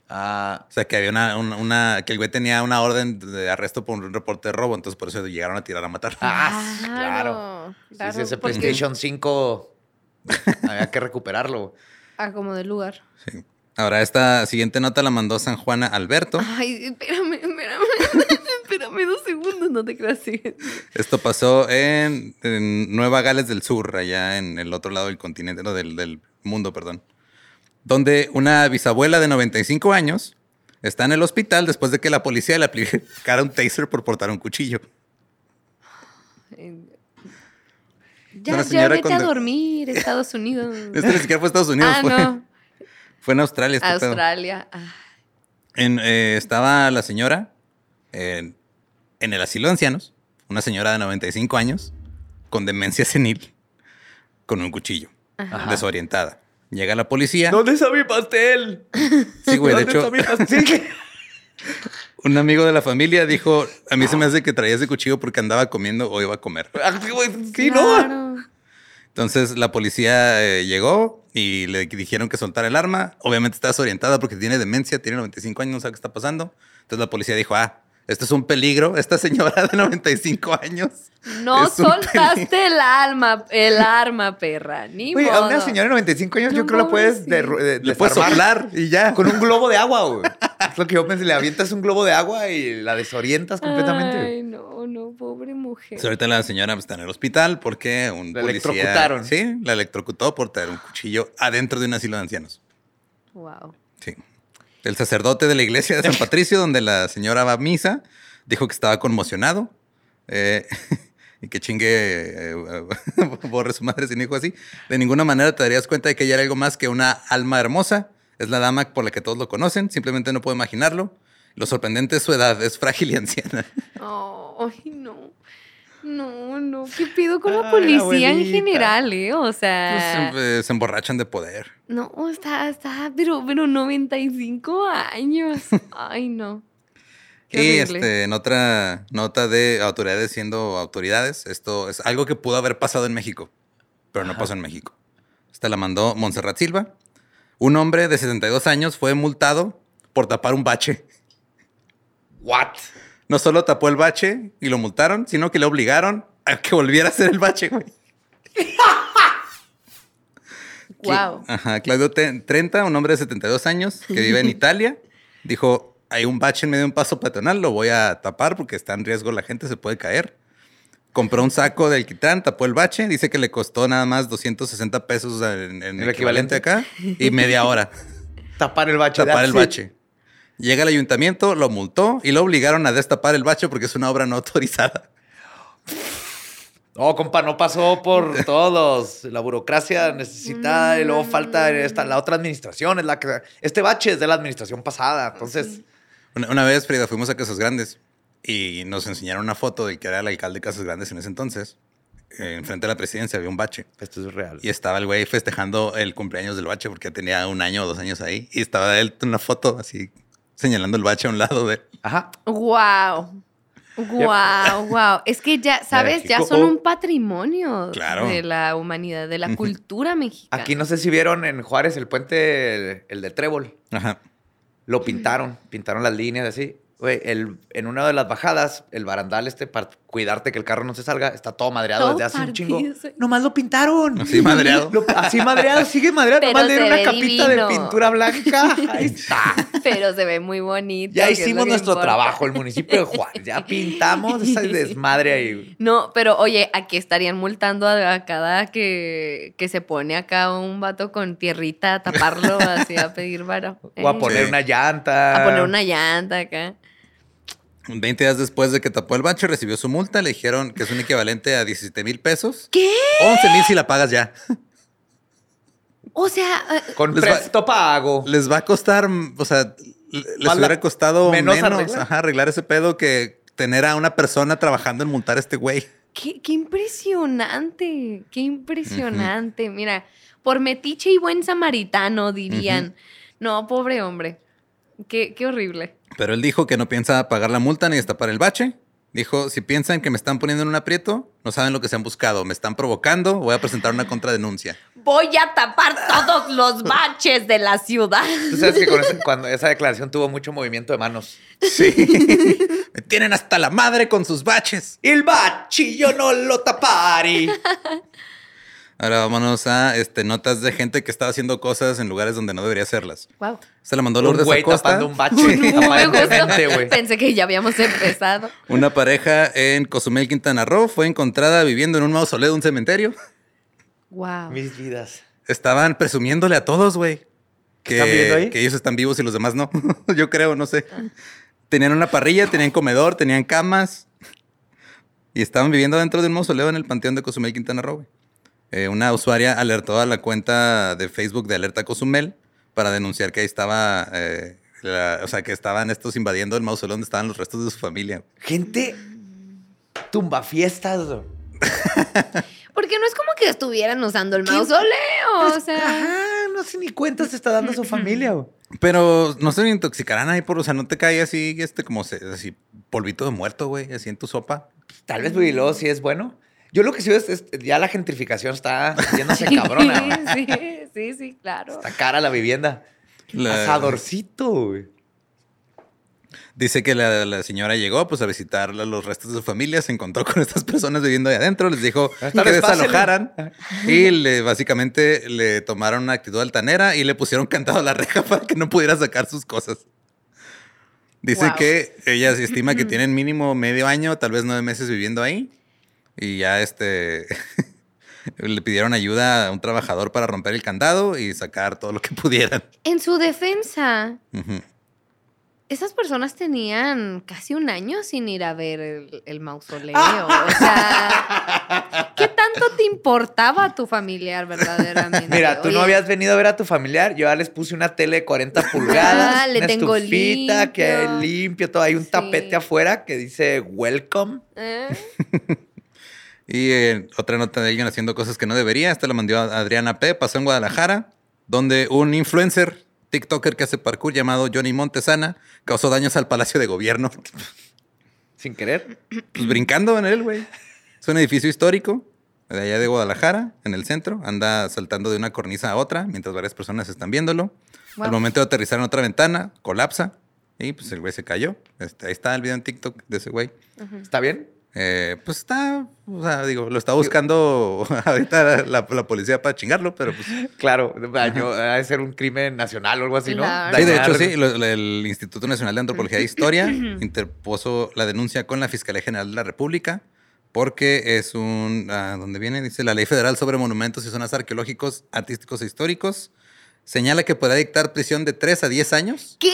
Ah,
O sea, que había una, una- una- que el güey tenía una orden de arresto por un reporte de robo, entonces por eso llegaron a tirar a matar.
ah, claro. Sí,
Claro,
sí, ese
porque-
PlayStation 5 había que recuperarlo.
Ah, como de lugar.
Sí. Ahora, esta siguiente nota la mandó San Juana Alberto.
Ay, espérame, espérame. (laughs) espérame dos segundos, no te creas. sigue.
Esto pasó en, en Nueva Gales del Sur, allá en el otro lado del continente, no, del, del mundo, perdón. Donde una bisabuela de 95 años está en el hospital después de que la policía le aplicara un taser por portar un cuchillo.
Ya,
Una
ya
señora
vete
con
a
de-
dormir, Estados Unidos.
Esto Este ni siquiera fue a (laughs) Estados Unidos,
ah,
fue,
no.
fue en Australia. este pedo.
Australia. Ah.
En, eh, estaba la señora en, en el asilo de ancianos, una señora de 95 años, con demencia senil, con un cuchillo, desorientada. Llega la policía.
¿Dónde está mi pastel?
Sí, güey, de
¿Dónde
hecho,
está mi pastel?
un amigo de la familia dijo, a mí se me hace que traía ese cuchillo porque andaba comiendo o iba a comer.
(laughs) Ah, güey, sí, ¿no?
Claro.
Entonces la policía eh, llegó y le dijeron que soltara el arma. Obviamente está desorientada porque tiene demencia, tiene 95 años, no sabe qué está pasando. Entonces la policía dijo, ah, esto es un peligro. Esta señora de 95 años.
No
Es un
soltaste el alma, el arma, perra. Ni
Güey, a
modo.
una señora de 95 años yo
No
creo la puedes
mames, sí.
derru- de-
Le puedes
desarmar
soplar y ya.
con un globo de agua, güey. Es lo que yo pensé, le avientas un globo de agua y la desorientas completamente.
Ay, no, no, pobre mujer.
Entonces, ahorita la señora pues, está en el hospital porque un
La
policía...
electrocutaron.
Sí, la electrocutó por traer un cuchillo adentro de un asilo de ancianos.
Wow.
Sí. El sacerdote de la iglesia
(laughs)
de San Patricio, donde la señora va a misa, dijo que estaba conmocionado. Eh, (laughs) y que chingue, eh, (laughs) borre su madre sin hijo así, de ninguna manera te darías cuenta de que ella era algo más que una alma hermosa. Es la dama por la que todos lo conocen, simplemente no puedo imaginarlo. Lo sorprendente es su edad, es frágil y anciana.
Oh, ay, no. No, no. ¿Qué pido con la
Ay,
policía en
abuelita.
general, eh? O
Pues,
sea.
eh, (laughs) se emborrachan de poder.
No, está, está, pero, pero 95 años.
(laughs)
Ay, no. Qué
Y
horrible.
este, en otra nota de autoridades siendo autoridades, esto es algo que pudo haber pasado en México, pero no pasó en México. Esta la mandó Montserrat Silva. Un hombre de 72 años fue multado por tapar un bache.
¿What?
No solo tapó el bache y lo multaron, sino que le obligaron a que volviera a hacer el bache, güey. Cla-
Wow.
Ajá, Claudio Te- 30, un hombre de 72 años que vive en Italia, dijo, hay un bache en medio de un paso peatonal, lo voy a tapar porque está en riesgo la gente, se puede caer. Compró un saco del quitán, tapó el bache, dice que le costó nada más 260 pesos en, en
El equivalente.
equivalente acá y
(laughs)
media hora
Tapar el bache. that's
tapar el
it.
bache. Llega el ayuntamiento, lo multó y lo obligaron a destapar el bache porque es una obra no autorizada.
No, compa, no pasó (laughs) por todos. los- La burocracia necesitada y
Mm.
luego falta esta, la otra administración. Es la que, este bache es de la administración pasada. Entonces,
Una, una vez, Frida, fuimos a Casas Grandes y nos enseñaron una foto del que era el alcalde de Casas Grandes en ese entonces. Eh, Enfrente de la presidencia había un bache.
esto es real.
Y estaba el güey festejando el cumpleaños del bache porque tenía un año o dos años ahí. Y estaba él en una foto así señalando el bache a un lado de...
Ajá.
Wow. Wow, wow. Es que ya, ¿sabes? Ya son un patrimonio
Claro.
de la humanidad, de la cultura mexicana.
Aquí no sé si vieron en Juárez el puente, el, el de Trébol.
Ajá.
Lo pintaron, pintaron las líneas así. Güey, el, en una de las bajadas, el barandal este, para cuidarte que el carro no se salga, está todo madreado
Todo
desde hace un chingo.
partido, sí.
Nomás lo pintaron.
Así madreado.
Lo- así madreado, sigue madreado.
Pero
Nomás le
se
dieron una
ve
capita
divino.
de pintura
(laughs)
blanca. Ahí está.
Pero se ve muy bonito.
Ya
que es lo
hicimos
que
nuestro
importa.
trabajo, el municipio de Juárez. Ya pintamos esa desmadre ahí.
No, pero oye, aquí estarían multando a, a cada que, que se pone acá un vato con tierrita a taparlo
(laughs)
así a pedir varo.
O a
Eh,
poner
Sí.
una llanta.
a poner una llanta acá.
20 días después de que tapó el bache, recibió su multa. Le dijeron que es un equivalente a 17 mil pesos.
¿Qué?
11 mil si la pagas ya.
O sea, eh,
Con
Les va-
presto pago.
Les va a costar, mm, o sea, l- les
Más la-
hubiera costado menos,
menos arreglar.
ajá, arreglar ese pedo que tener a una persona trabajando en montar a este güey.
qué, qué impresionante, qué impresionante. Mira, por metiche y buen samaritano dirían. No, pobre hombre. Qué, qué horrible.
Pero él dijo que no piensa pagar la multa ni destapar el bache. Dijo, si piensan que me están poniendo en un aprieto, no saben lo que se han buscado. Me están provocando, voy a presentar una
(laughs)
contradenuncia.
Voy a tapar todos los baches de la ciudad.
Tú sabes que con ese- cuando esa declaración tuvo mucho movimiento de manos.
(laughs) Me tienen hasta la madre con sus baches.
El bachi yo no lo tapari.
Ahora vámonos a este, notas de gente que estaba haciendo cosas en lugares donde no debería hacerlas.
Wow.
Se la mandó
Un
Lourdes
güey
Acosta.
tapando un bache. aparentemente, güey.
Pensé que ya habíamos empezado.
Una pareja en Cozumel, Quintana Roo, fue encontrada viviendo en un mausoleo de un cementerio.
Wow.
Mis vidas.
Estaban presumiéndole a todos, güey.
¿Están viendo
Que,
ahí?
que ellos están vivos y los demás no. (laughs) Yo creo, no sé. Tenían una parrilla, tenían comedor, tenían camas. Y estaban viviendo dentro de un mausoleo en el panteón de Cozumel, Quintana Roo. güey. Eh, una usuaria alertó a la cuenta de Facebook de Alerta Cozumel para denunciar que ahí estaba... eh, la- o sea, que estaban estos invadiendo el mausoleo donde estaban los restos de su familia.
Gente tumba fiestas.
Porque no es como que estuvieran usando el mausoleo.
Pues,
O
(laughs)
sea,
Ajá, no sé ni cuenta se está dando su familia. güey.
Pero no se intoxicarán ahí por, o sea, no te cae así, este, como se- así, polvito de muerto, güey, así en tu sopa.
Tal vez güey, y luego sí es bueno. Yo lo que sí veo es, es- ya la gentrificación está (laughs) yéndose cabrona. güey.
(laughs) sí, sí, sí, claro.
Está cara la vivienda.
La-
Asadorcito, güey.
Dice que la, la señora llegó pues a visitar la- los restos de su familia, se encontró con estas personas viviendo ahí adentro, les dijo
Esta
que
vez pásenle.
desalojaran y le, básicamente le tomaron una actitud altanera y le pusieron cantado a la reja (laughs) para que no pudiera sacar sus cosas. Dice
Wow.
que ella se estima que tienen mínimo medio año, tal vez nueve meses viviendo ahí y ya este... (laughs) Le pidieron ayuda a un trabajador para romper el candado y sacar todo lo que pudieran.
En su defensa,
Ujú.
Esas personas tenían casi un año sin ir a ver el, el mausoleo. O sea, ¿qué tanto te importaba a tu familiar verdaderamente?
Mira, tú no
Oye,
habías venido a ver a tu familiar. Yo ya les puse una tele de
(laughs)
40 pulgadas.
Ah, le
una
tengo
estufita que
limpio.
limpio todo. Hay un
Sí.
tapete afuera que dice welcome.
¿eh?
Y eh, otra nota de alguien haciendo cosas que no debería. Esta la mandó a Adriana P. Pasó en Guadalajara, donde un influencer, TikToker que hace parkour llamado Johnny Montesana, causó daños al Palacio de Gobierno. (laughs)
Sin querer.
Pues brincando en él, güey. Es un edificio histórico de allá de Guadalajara, en el centro. Anda saltando de una cornisa a otra mientras varias personas están viéndolo. Al
Wow.
momento de aterrizar en otra ventana, colapsa y pues el güey se cayó. Este, ahí está el video en TikTok de ese güey.
¿Está bien?
Eh, pues está, o sea, digo, lo está buscando (laughs) ahorita la, la policía para chingarlo, pero pues. Sí,
Claro. Daño, ha de ser un crimen nacional o algo así, ¿no?
Claro.
de
Dañar-
hecho, sí, lo- lo- el Instituto Nacional de Antropología e Historia (laughs) interpuso la denuncia con la Fiscalía General de la República porque es un. ah, ¿Dónde viene? Dice la Ley Federal sobre Monumentos y Zonas Arqueológicos, Artísticos e Históricos. Señala que podrá dictar prisión de 3 a 10 años
¿Qué?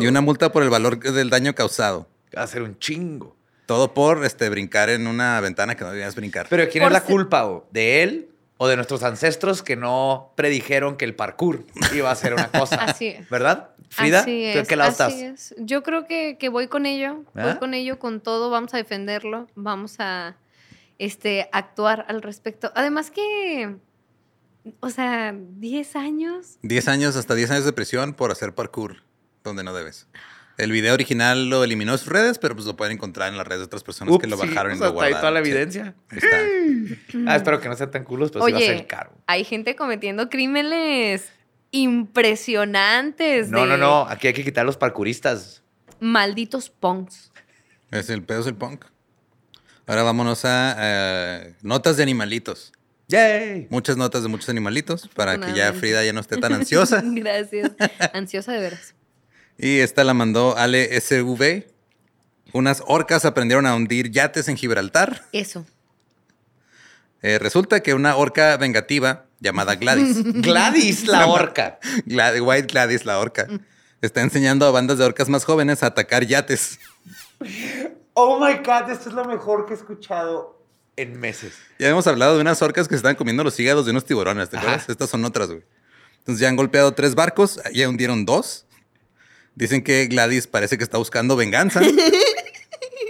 y una multa por el valor del daño causado.
Va a ser un chingo.
Todo por este, brincar en una ventana que no debías brincar.
Pero ¿quién
Por
es la
si-
culpa, o ¿De él o de nuestros ancestros que no predijeron que el parkour iba a ser una cosa?
(laughs) Así es.
¿Verdad? Frida,
así
¿tú en
es,
qué lado
así
estás?
es. Yo creo que, que voy con ello, voy
¿Ah?
con ello, con todo, vamos a defenderlo, vamos a este, actuar al respecto. Además que, o sea, 10 años.
10 años, hasta 10 años de prisión por hacer parkour donde no debes. El video original lo eliminó de sus redes, pero pues lo pueden encontrar en las redes de otras personas que
Ups,
lo
sí,
bajaron
pues
y lo
hasta ahí
guardaron.
toda la
sí.
evidencia.
Ahí está.
Ah, espero que no sean tan culos, pero sí va a ser caro.
hay gente cometiendo crímenes impresionantes.
No,
de
no, no. Aquí hay que quitar a los parkouristas.
Malditos punks.
Es el pedo es el punk. Ahora vámonos a eh, notas de animalitos.
¡Yay!
Muchas notas de muchos animalitos para que ya
Afortunadamente.
Frida ya no esté tan ansiosa.
(laughs) Gracias. Ansiosa de veras.
Y esta la mandó Ale SV. Unas orcas aprendieron a hundir yates en Gibraltar.
Eso.
Eh, resulta que una orca vengativa llamada
(laughs)
Gladys.
(laughs) Gladys la orca.
(laughs) Glad- White Gladys, la orca. Está enseñando a bandas de orcas más jóvenes a atacar yates.
Oh my God, esto es lo mejor que he escuchado en meses.
Ya hemos hablado de unas orcas que se están comiendo los hígados de unos tiburones, ¿te
Ajá.
acuerdas? Estas son otras, güey. Entonces ya han golpeado tres barcos, ya hundieron dos. Dicen que Gladys parece que está buscando venganza.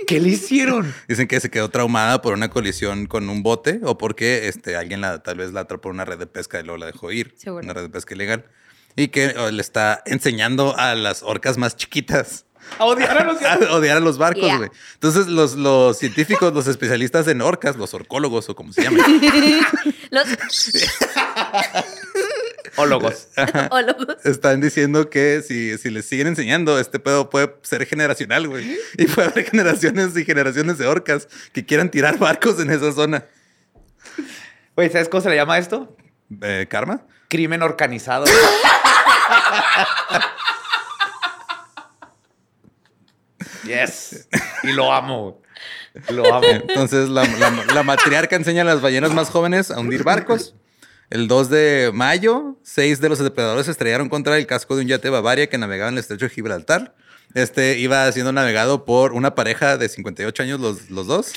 ¿Qué le hicieron?
Dicen que se quedó traumada por una colisión con un bote o porque este, alguien la, tal vez la atrapó en una red de pesca y luego la dejó ir.
Seguro.
Una red de pesca ilegal. Y que oh, le está enseñando a las orcas más chiquitas
(laughs) A odiar a los
(laughs) a odiar a los barcos,
Yeah.
güey. Entonces, los, los científicos, los especialistas en orcas, los orcólogos o como se llaman,
(laughs)
Los
Ólogos.
ólogos.
están diciendo que si, si les siguen enseñando, este pedo puede ser generacional, güey. Y puede haber (laughs) generaciones y generaciones de orcas que quieran tirar barcos en esa zona.
Oye, ¿sabes cómo se le llama esto?
Eh, ¿Karma?
Crimen organizado. (laughs) yes. Y lo amo. Lo amo.
Entonces, la, la- la matriarca enseña a las ballenas más jóvenes a hundir barcos. El 2 de mayo, seis de los depredadores se estrellaron contra el casco de un yate Bavaria que navegaba en el estrecho de Gibraltar. Este iba siendo navegado por una pareja de 58 años, los, los dos.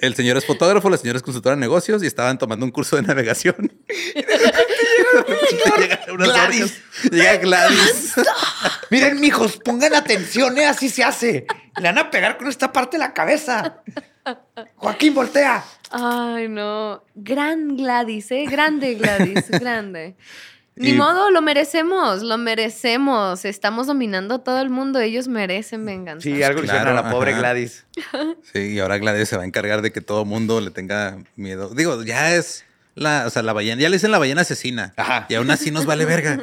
El señor es fotógrafo, la señora es consultora de negocios y estaban tomando un curso de navegación.
(laughs)
Llegan unas
Gladys.
orcas. Llega Gladys.
Miren, mijos, pongan atención, ¿eh? así se hace. Le van a pegar con esta parte de la cabeza. Joaquín, voltea.
Ay, no. Gran Gladys, ¿eh?
(laughs)
Grande Gladys, grande. Ni
Y-
modo, lo merecemos, lo merecemos. Estamos dominando a todo el mundo, ellos merecen venganza.
Sí, algo le hicieron a la
Claro,
pobre
ajá.
Gladys.
Sí, y ahora Gladys se va a encargar de que todo mundo le tenga miedo. Digo, ya es la, o sea, la ballena, ya le dicen la ballena asesina.
Ajá.
Y aún así nos vale verga.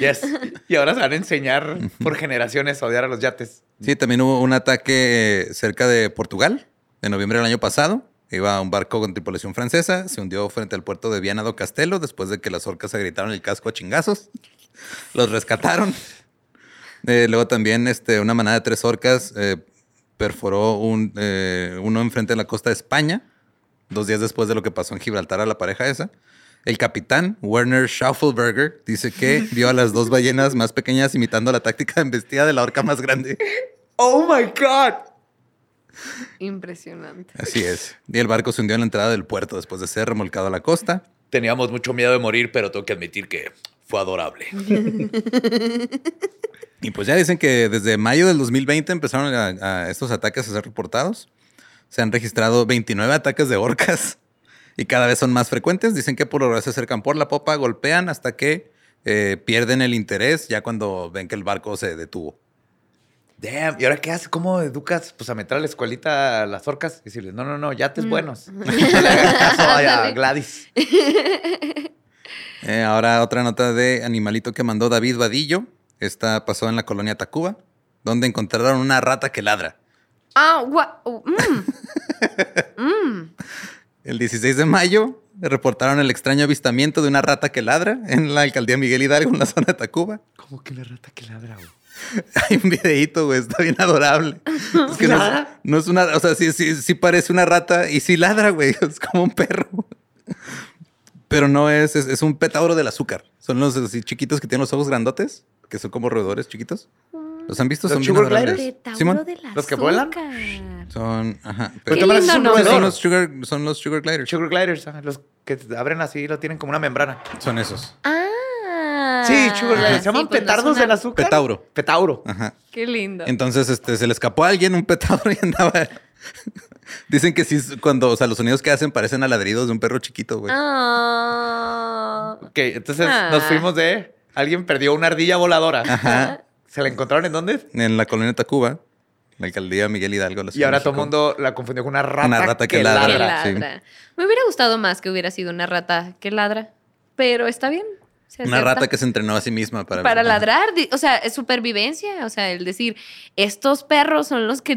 Yes. Y ahora se van a enseñar por generaciones a odiar a los yates.
sí, también hubo un ataque eh, cerca de Portugal en noviembre del año pasado. Iba un barco con tripulación francesa, se hundió frente al puerto de Viana do Castelo después de que las orcas agrietaron el casco a chingazos. Los rescataron. Eh, luego también este, una manada de tres orcas eh, perforó un, eh, uno enfrente de la costa de España, dos días después de lo que pasó en Gibraltar a la pareja esa. El capitán Werner Schaufelberger dice que vio a las dos ballenas más pequeñas imitando la táctica embestida de la orca más grande.
Oh my God.
Impresionante.
Así es. Y el barco se hundió en la entrada del puerto después de ser remolcado a la costa.
Teníamos mucho miedo de morir, pero tengo que admitir que fue adorable.
Y pues ya dicen que desde mayo del 2020 empezaron a, a estos ataques a ser reportados. Se han registrado 29 ataques de orcas y cada vez son más frecuentes. Dicen que por ahora se acercan por la popa, golpean hasta que eh, pierden el interés ya cuando ven que el barco se detuvo.
Damn. ¿Y ahora qué haces? ¿Cómo educas? Pues a meter a la escuelita a las orcas y decirles, no, no, no, ya te es buenos. No le hagas caso a- a Gladys.
Eh, ahora otra nota de animalito que mandó David Vadillo. Esta pasó en la colonia Tacuba, donde encontraron una rata que ladra.
Ah, gua- oh, mm.
(laughs)
Mm.
El 16 de mayo reportaron el extraño avistamiento de una rata que ladra en la alcaldía Miguel Hidalgo, en la zona de Tacuba. (laughs)
¿Cómo que la rata que ladra, güey?
Hay un videíto, güey, está bien adorable. Es que no es, no es una, o sea, sí, sí, sí parece una rata y sí ladra, güey, (laughs) es como un perro. Pero no es, es, es un petauro del azúcar. Son los así chiquitos que tienen los ojos grandotes, que son como roedores chiquitos. ¿Los han visto?
¿Los
son bien
sugar
adorables.
gliders?
Petauro
Simón.
del azúcar.
¿Los que vuelan?
Son, ajá.
Pero
Qué
te parece
lindo
un
nombre.
son
roedor.
los sugar, son los sugar gliders.
Sugar gliders, ah, los que abren así y lo tienen como una membrana.
Son esos.
Ah.
Sí, sugar gliders. Se
Sí,
llaman
pues no es
petardos
una-
del azúcar.
Petauro.
Petauro.
Ajá.
Qué lindo.
Entonces, este, se le escapó a alguien un petardo y andaba. (laughs) Dicen que sí, cuando, o sea, los sonidos que hacen parecen a ladridos de un perro chiquito, güey.
Ah.
Ok, entonces
Ah.
nos fuimos de... Alguien perdió una ardilla voladora.
Ajá.
¿Se la encontraron en dónde?
En la colonia Tacuba, la alcaldía Miguel Hidalgo. la
Y
Ciudad
ahora
de
todo el
México.
mundo la confundió con una rata,
Una rata que
que
ladra.
ladra.
que
sí.
ladra. Me hubiera gustado más que hubiera sido una rata que ladra, pero está bien. se
Una
acepta.
rata que se entrenó a sí misma para.
para
Ajá.
ladrar, di- o sea, es supervivencia, o sea, el decir, estos perros son los que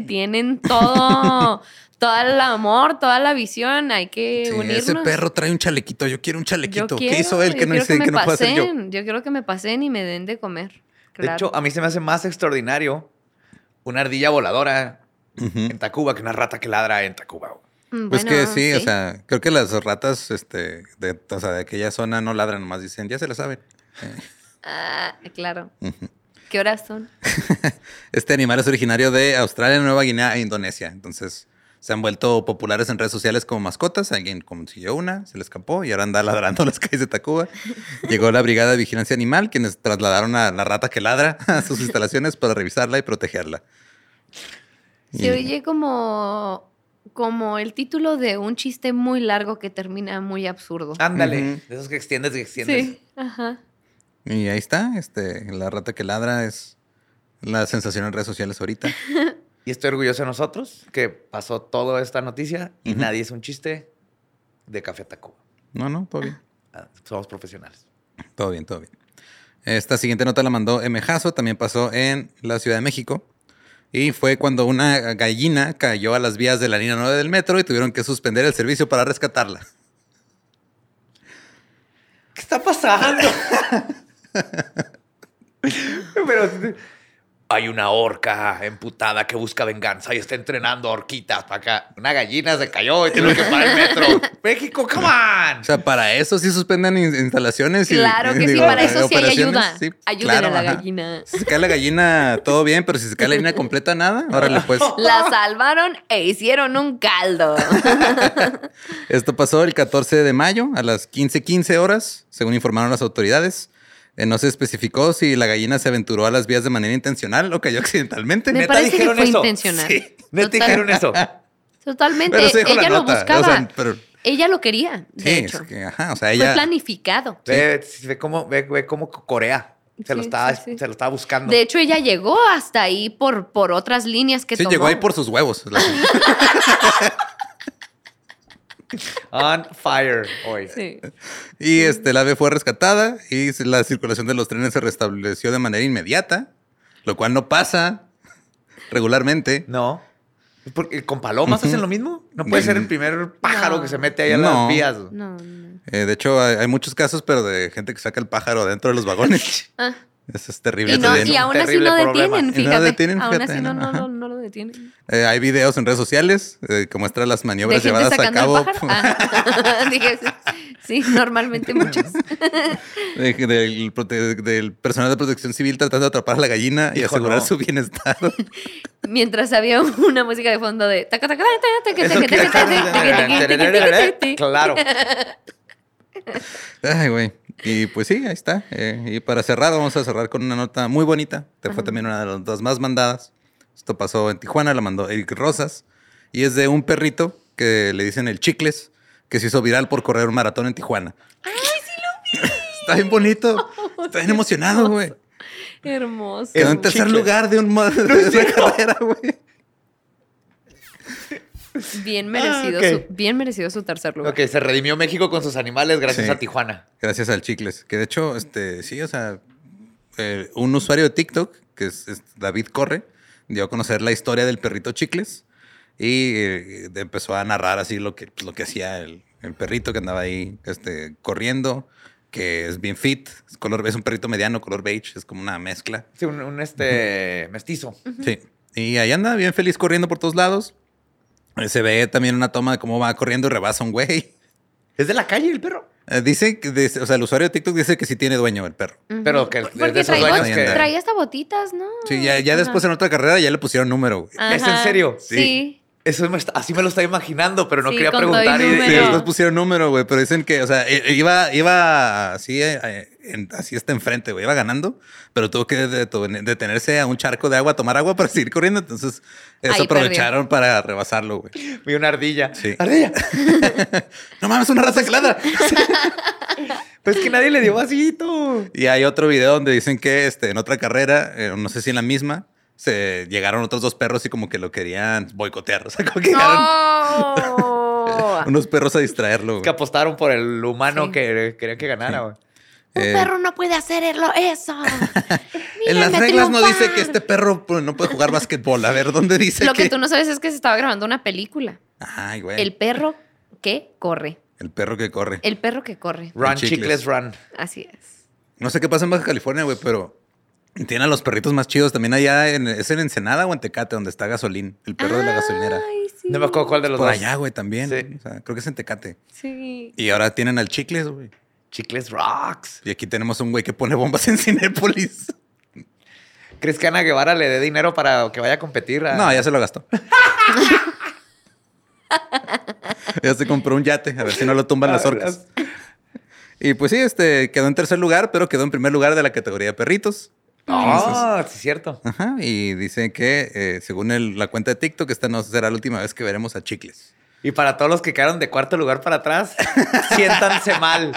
(laughs)
tienen todo, todo el amor, toda la visión, hay que
Sí,
unirnos.
ese perro trae un chalequito. Yo quiero un
Yo
chalequito.
quiero-
¿Qué hizo él
yo
que no,
quiero
hice, que
me
no puedo hacer yo? ah,
pasen, quiero que me pasen y me den de comer.
De
claro.
hecho, a mí se me hace más extraordinario una ardilla voladora en
Ujú.
Tacuba que una rata que ladra en Tacuba. güey.
Mm,
Pues
bueno,
que sí, o sea, creo que las ratas este, de, o sea, de aquella zona no ladran, nomás dicen, ya se la saben.
Ah, claro.
Ujú.
¿Qué horas son?
Este animal es originario de Australia, Nueva Guinea e Indonesia. Entonces se han vuelto populares en redes sociales como mascotas. Alguien consiguió una, se le escapó y ahora anda ladrando en las (laughs) calles de Tacuba. Llegó la Brigada de Vigilancia Animal, quienes trasladaron a la rata que ladra (laughs) a sus instalaciones para revisarla y protegerla.
Se
Y-
oye como, como el título de un chiste muy largo que termina muy absurdo.
Ah,
Ándale,
Ujú.
de esos que extiendes y extiendes.
sí, ajá.
Y ahí está, este, la rata que ladra es la sensación en redes sociales ahorita.
Y estoy orgulloso de nosotros que pasó toda esta noticia y
Ujú.
nadie hizo un chiste de Café Tacuba.
No, no, todo bien.
Ah, Somos profesionales.
Todo bien, todo bien. Esta siguiente nota la mandó M. Jasso, también pasó en la Ciudad de México. Y fue cuando una gallina cayó a las vías de la línea 9 del metro y tuvieron que suspender el servicio para rescatarla.
¿Qué está (laughs) pasando? Pero hay una orca emputada que busca venganza y está entrenando orquitas para acá. Una gallina se cayó y tiene que parar el
(laughs)
metro. México, come on.
O sea, para eso sí suspenden in- instalaciones. y-
Claro que sí,
(laughs) digo,
para eso sí hay
operaciones.
ayuda.
Sí,
Ayúdenle
claro,
a la
ajá.
gallina.
Si se cae la gallina, todo bien, pero si se cae la línea completa, nada. Órale, pues.
La salvaron e hicieron
(laughs)
un caldo.
Esto pasó el 14 de mayo a las 15:15 horas, según informaron las autoridades. Eh, no se especificó si la gallina se aventuró a las vías de manera intencional o cayó (laughs) accidentalmente.
Me
¿Neta
parece
dijeron
que fue
eso?
intencional.
Sí.
Neta
Total-
dijeron eso.
(laughs) Totalmente.
Pero se dijo
ella
la
lo
nota.
buscaba.
O sea, pero-
Ella lo quería. De
Sí,
hecho.
es que, ajá, o sea,
Fue
ella...
planificado.
Ve, ve cómo, ve, ve cómo Corea se, lo
Sí,
estaba,
sí, sí.
se lo estaba buscando.
De hecho, ella llegó hasta ahí por, por otras líneas que
Sí,
tomó.
llegó ahí por sus huevos. la-
(laughs)
On fire hoy.
Sí.
y este, el ave fue rescatada y la circulación de los trenes se restableció de manera inmediata, lo cual no pasa (laughs) regularmente.
No. Porque con palomas hacen lo mismo. No puede ser el primer pájaro
No.
que se mete ahí a
No.
las vías.
No, no.
Eh, de hecho, hay, hay muchos casos, pero de gente que saca el pájaro dentro de los vagones. (laughs)
Ah.
Eso es terrible.
Y, no,
también.
y aún así
terrible
no
problema.
detienen,
Y no
fíjate.
detienen,
aún
fíjate,
así no,
¿no?
no,
Ajá.
no, no lo detienen.
Eh, hay videos en redes sociales eh, que muestran las maniobras
¿De gente
llevadas a
sacando
cabo.
el pájaro? Ah. (laughs) Dije, Sí, normalmente muchos.
(laughs) De- del, prote- del personal de protección civil tratando de atrapar a la gallina y
Hijo,
asegurar
no.
su bienestar. (laughs)
Mientras había una música de fondo de... taca, taca, taca, taca,
Eso
taca,
quiere-
taca, taca, taca, taca, taca, taca, taca. (laughs)
Claro.
Ay, güey. Y pues sí, ahí está. Eh, y para cerrar, vamos a cerrar con una nota muy bonita. Te fue también una de las notas más mandadas. Esto pasó en Tijuana, la mandó Eric Rosas. Y es de un perrito que le dicen el Chicles, que se hizo viral por correr un maratón en Tijuana. ¡Ay, sí lo vi! (laughs) está bien (laughs) bonito. Está bien emocionado, güey.
Hermoso.
Quedó
un
en tercer
chicle.
lugar de, un, ma- de una carrera, güey.
Bien merecido,
Ah,
su, bien merecido su tercer lugar.
Ok, se redimió México con sus animales gracias
Sí.
a Tijuana.
Gracias al Chicles. Que de hecho, este, sí, o sea, eh, un usuario de TikTok, que es, es David Corre, dio a conocer la historia del perrito Chicles y eh, de- empezó a narrar así lo que, pues, lo que hacía el, el perrito que andaba ahí este, corriendo, que es bien fit, es, color, es un perrito mediano, color beige, es como una mezcla.
Sí, un, un, este mestizo.
Sí. Y ahí anda bien feliz corriendo por todos lados. Eh, Se ve también una toma de cómo va corriendo y rebasa un güey.
Es de la calle el perro.
Eh, Dice, que dice- o sea, el usuario de TikTok dice que sí tiene dueño el perro.
Ujú.
Pero que
Porque
de esos
traía,
dueños que.
traigó-
traía hasta botitas, ¿no?
Sí, ya, ya después en otra carrera ya le pusieron número, güey.
Ajá.
¿Es en serio?
Sí.
Eso me está- así me lo estaba imaginando, pero no
Sí,
quería
con todo y
preguntar.
Sí,
número.
después pusieron número, güey, pero dicen que, o sea, i- iba, iba así, eh, eh, en- así está enfrente, güey, iba ganando, pero tuvo que detu- detenerse a un charco de agua, a tomar agua para (laughs) seguir corriendo, entonces eso
Ahí perdió.
aprovecharon para rebasarlo, güey.
Vi una ardilla.
Sí.
¡Ardilla!
(laughs) No mames, una raza clara.
Pues que nadie le dio vasito.
y hay otro video donde dicen que este, en otra carrera, eh, no sé si en la misma, se llegaron otros dos perros y como que lo querían boicotear, (laughs) o sea,
(laughs)
como que llegaron (laughs)
¡No!
unos perros a distraerlo.
Que
güey.
apostaron por el humano
Sí.
que querían que ganara. güey.
Un
Eh,
perro no puede hacerlo
(laughs)
eso.
En las
Mírenme
reglas no dice
triunfar.
que este perro pues, no puede jugar básquetbol. A ver, ¿dónde dice
Lo que tú no sabes es que se estaba grabando una película.
Ay, güey.
El
El...
perro que corre.
perro que corre.
El perro que corre.
Run,
El
chicles.
chicles.
run.
Así es.
No sé qué pasa en Baja California, güey, pero tienen a los perritos más chidos también allá. En, ¿Es en Ensenada o en Tecate, donde está Gasolín? El perro
Ah.
de la gasolinera.
Ay, sí.
No me acuerdo cuál de los
Por
dos.
allá, güey, también.
Sí.
O sea, creo que es en Tecate.
Sí.
Y ahora tienen al Chicles, güey.
Chicles rocks.
Y aquí tenemos un güey que pone bombas en Cinépolis.
¿Crees que Ana Guevara le dé dinero para que vaya a competir? a-
No, ya se lo gastó. ya se compró un yate, a ver si no lo tumban las orcas. Y pues sí, este quedó en tercer lugar, pero quedó en primer lugar de la categoría de perritos.
Ah, sí, es cierto.
Ajá, y dice que eh, según el- la cuenta de TikTok, esta no será la última vez que veremos a Chicles.
Y para todos los que quedaron de cuarto lugar para atrás, (laughs) siéntanse mal.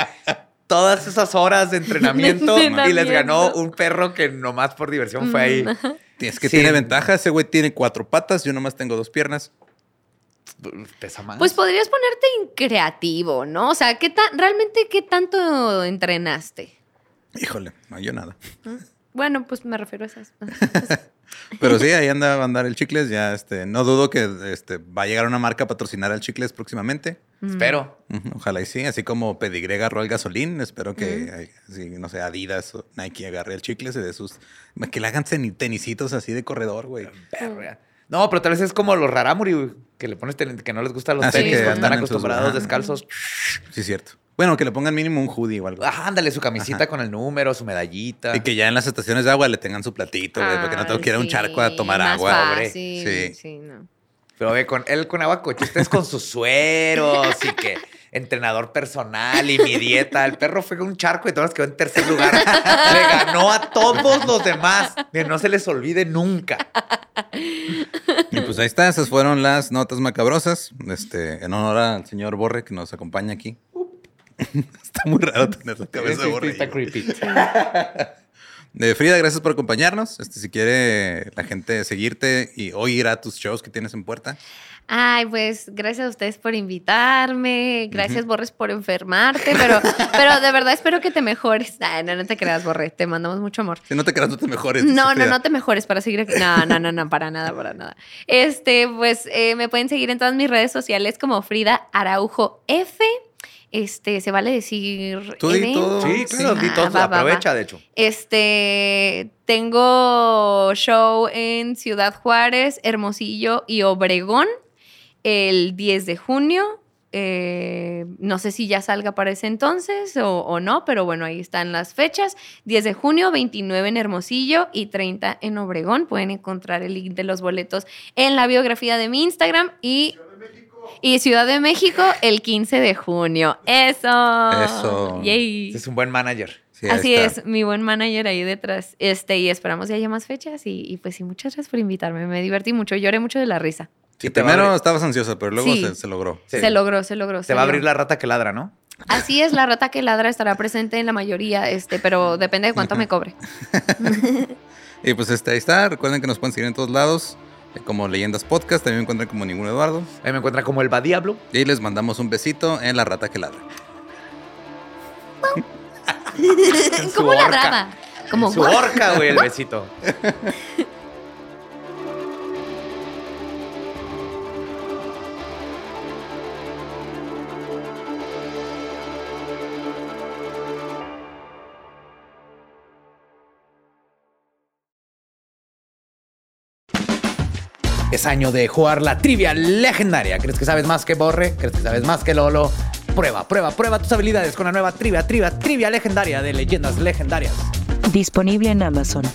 Todas esas horas de entrenamiento,
(laughs) De
y les
entrenamiento.
ganó un perro que nomás por diversión fue ahí.
Es que
Sí.
tiene ventaja, ese güey tiene cuatro patas, yo nomás tengo dos piernas.
Pesa
Ah.
más.
Pues podrías ponerte increativo, ¿no? O sea, ¿qué tan, realmente qué tanto entrenaste?
Híjole, no yo nada.
Bueno, pues me refiero a esas.
Pero sí, ahí anda va a andar el Chicles, ya este, no dudo que este, va a llegar una marca a patrocinar al Chicles próximamente.
pues,
Espero.
Ujú, Ojalá y sí, así como Pedigree agarró el gasolín, espero que, ay, sí, no sé, Adidas o Nike agarre el chicle se de sus... Que le hagan teni- tenisitos así de corredor, güey.
mm.
Verga. No, pero tal vez es como los raramuri, güey, que le pones tenis- que no les gustan los
Ah, sí,
tenis,
que
porque están
andan en sus-
acostumbrados
ajá.
descalzos.
Sí, cierto. Bueno, que le pongan mínimo un hoodie o algo.
Ah, ándale, su camisita con el número, su medallita.
Y que ya en las estaciones de agua le tengan su platito, güey, porque no tengo que ir a un charco a tomar agua,
hombre.
hombre.
Sí,
Sí.
sí, no.
Pero ve, con él con agua coche, ustedes con sus sueros y que entrenador personal y mi dieta. El perro fue un charco y todas quedó en tercer lugar. (laughs) Le ganó a todos los demás. Que no se les olvide nunca.
Y pues ahí está, esas fueron las notas macabrosas. Este, en honor al señor Borre que nos acompaña aquí. (laughs) está muy raro tener la cabeza de Borre. ahí,
Está
güey.
creepy.
Eh, Frida, gracias por acompañarnos. Este, si quiere la gente seguirte y hoy ir a tus shows que tienes en puerta.
Ay, pues gracias a ustedes por invitarme. Gracias, Borres, por enfermarte. Pero, pero de verdad espero que te mejores. Ay, no, no te creas, Borre. Te mandamos mucho amor.
Si no te creas, no te mejores. dice
No, no,
Frida.
no te mejores para seguir aquí. No, no, no, no, para nada, para nada. Este, pues eh, me pueden seguir en todas mis redes sociales como Frida Araujo F. Este, se vale decir.
Tú di
M?
todo.
Sí, claro,
Sí.
di todo,
Ah, va, va, va.
aprovecha, de hecho.
Este, tengo show en Ciudad Juárez, Hermosillo y Obregón el 10 de junio. Eh, no sé si ya salga para ese entonces o, o no, pero bueno, ahí están las fechas. 10 de junio, 29 en Hermosillo y 30 en Obregón. Pueden encontrar el link de los boletos en la biografía de mi Instagram y... Y Ciudad de México el 15 de junio. Eso.
Eso.
Yay.
Este es un buen manager.
Sí, ahí
Así
está.
es, mi buen manager ahí detrás. Este, y esperamos que haya más fechas. Y, y pues sí, muchas gracias por invitarme. Me divertí mucho, lloré mucho de la risa.
Sí,
Y te va a
primero
abrir-
estabas ansiosa, pero luego
Sí.
se, se logró.
Sí.
Se logró, se logró.
Te
se
va a
logró.
abrir la rata que ladra, ¿no?
Así es, la rata que ladra estará presente en la mayoría, este, pero depende
(laughs)
de cuánto me cobre.
Y pues este, ahí está. Recuerden que nos pueden seguir en todos lados, eh, como Leyendas Podcast. También me encuentran como Ningún Eduardo.
Ahí me encuentra como el Badiablo.
Y les mandamos un besito en La Rata que Ladra.
(laughs) Como
orca.
ladraba. Como
Su orca, güey, el besito. Es año de jugar la trivia legendaria. ¿Crees que sabes más que Borre? ¿Crees que sabes más que Lolo? Prueba, prueba, prueba tus habilidades con la nueva trivia, trivia, trivia legendaria de leyendas legendarias.
Disponible en Amazon.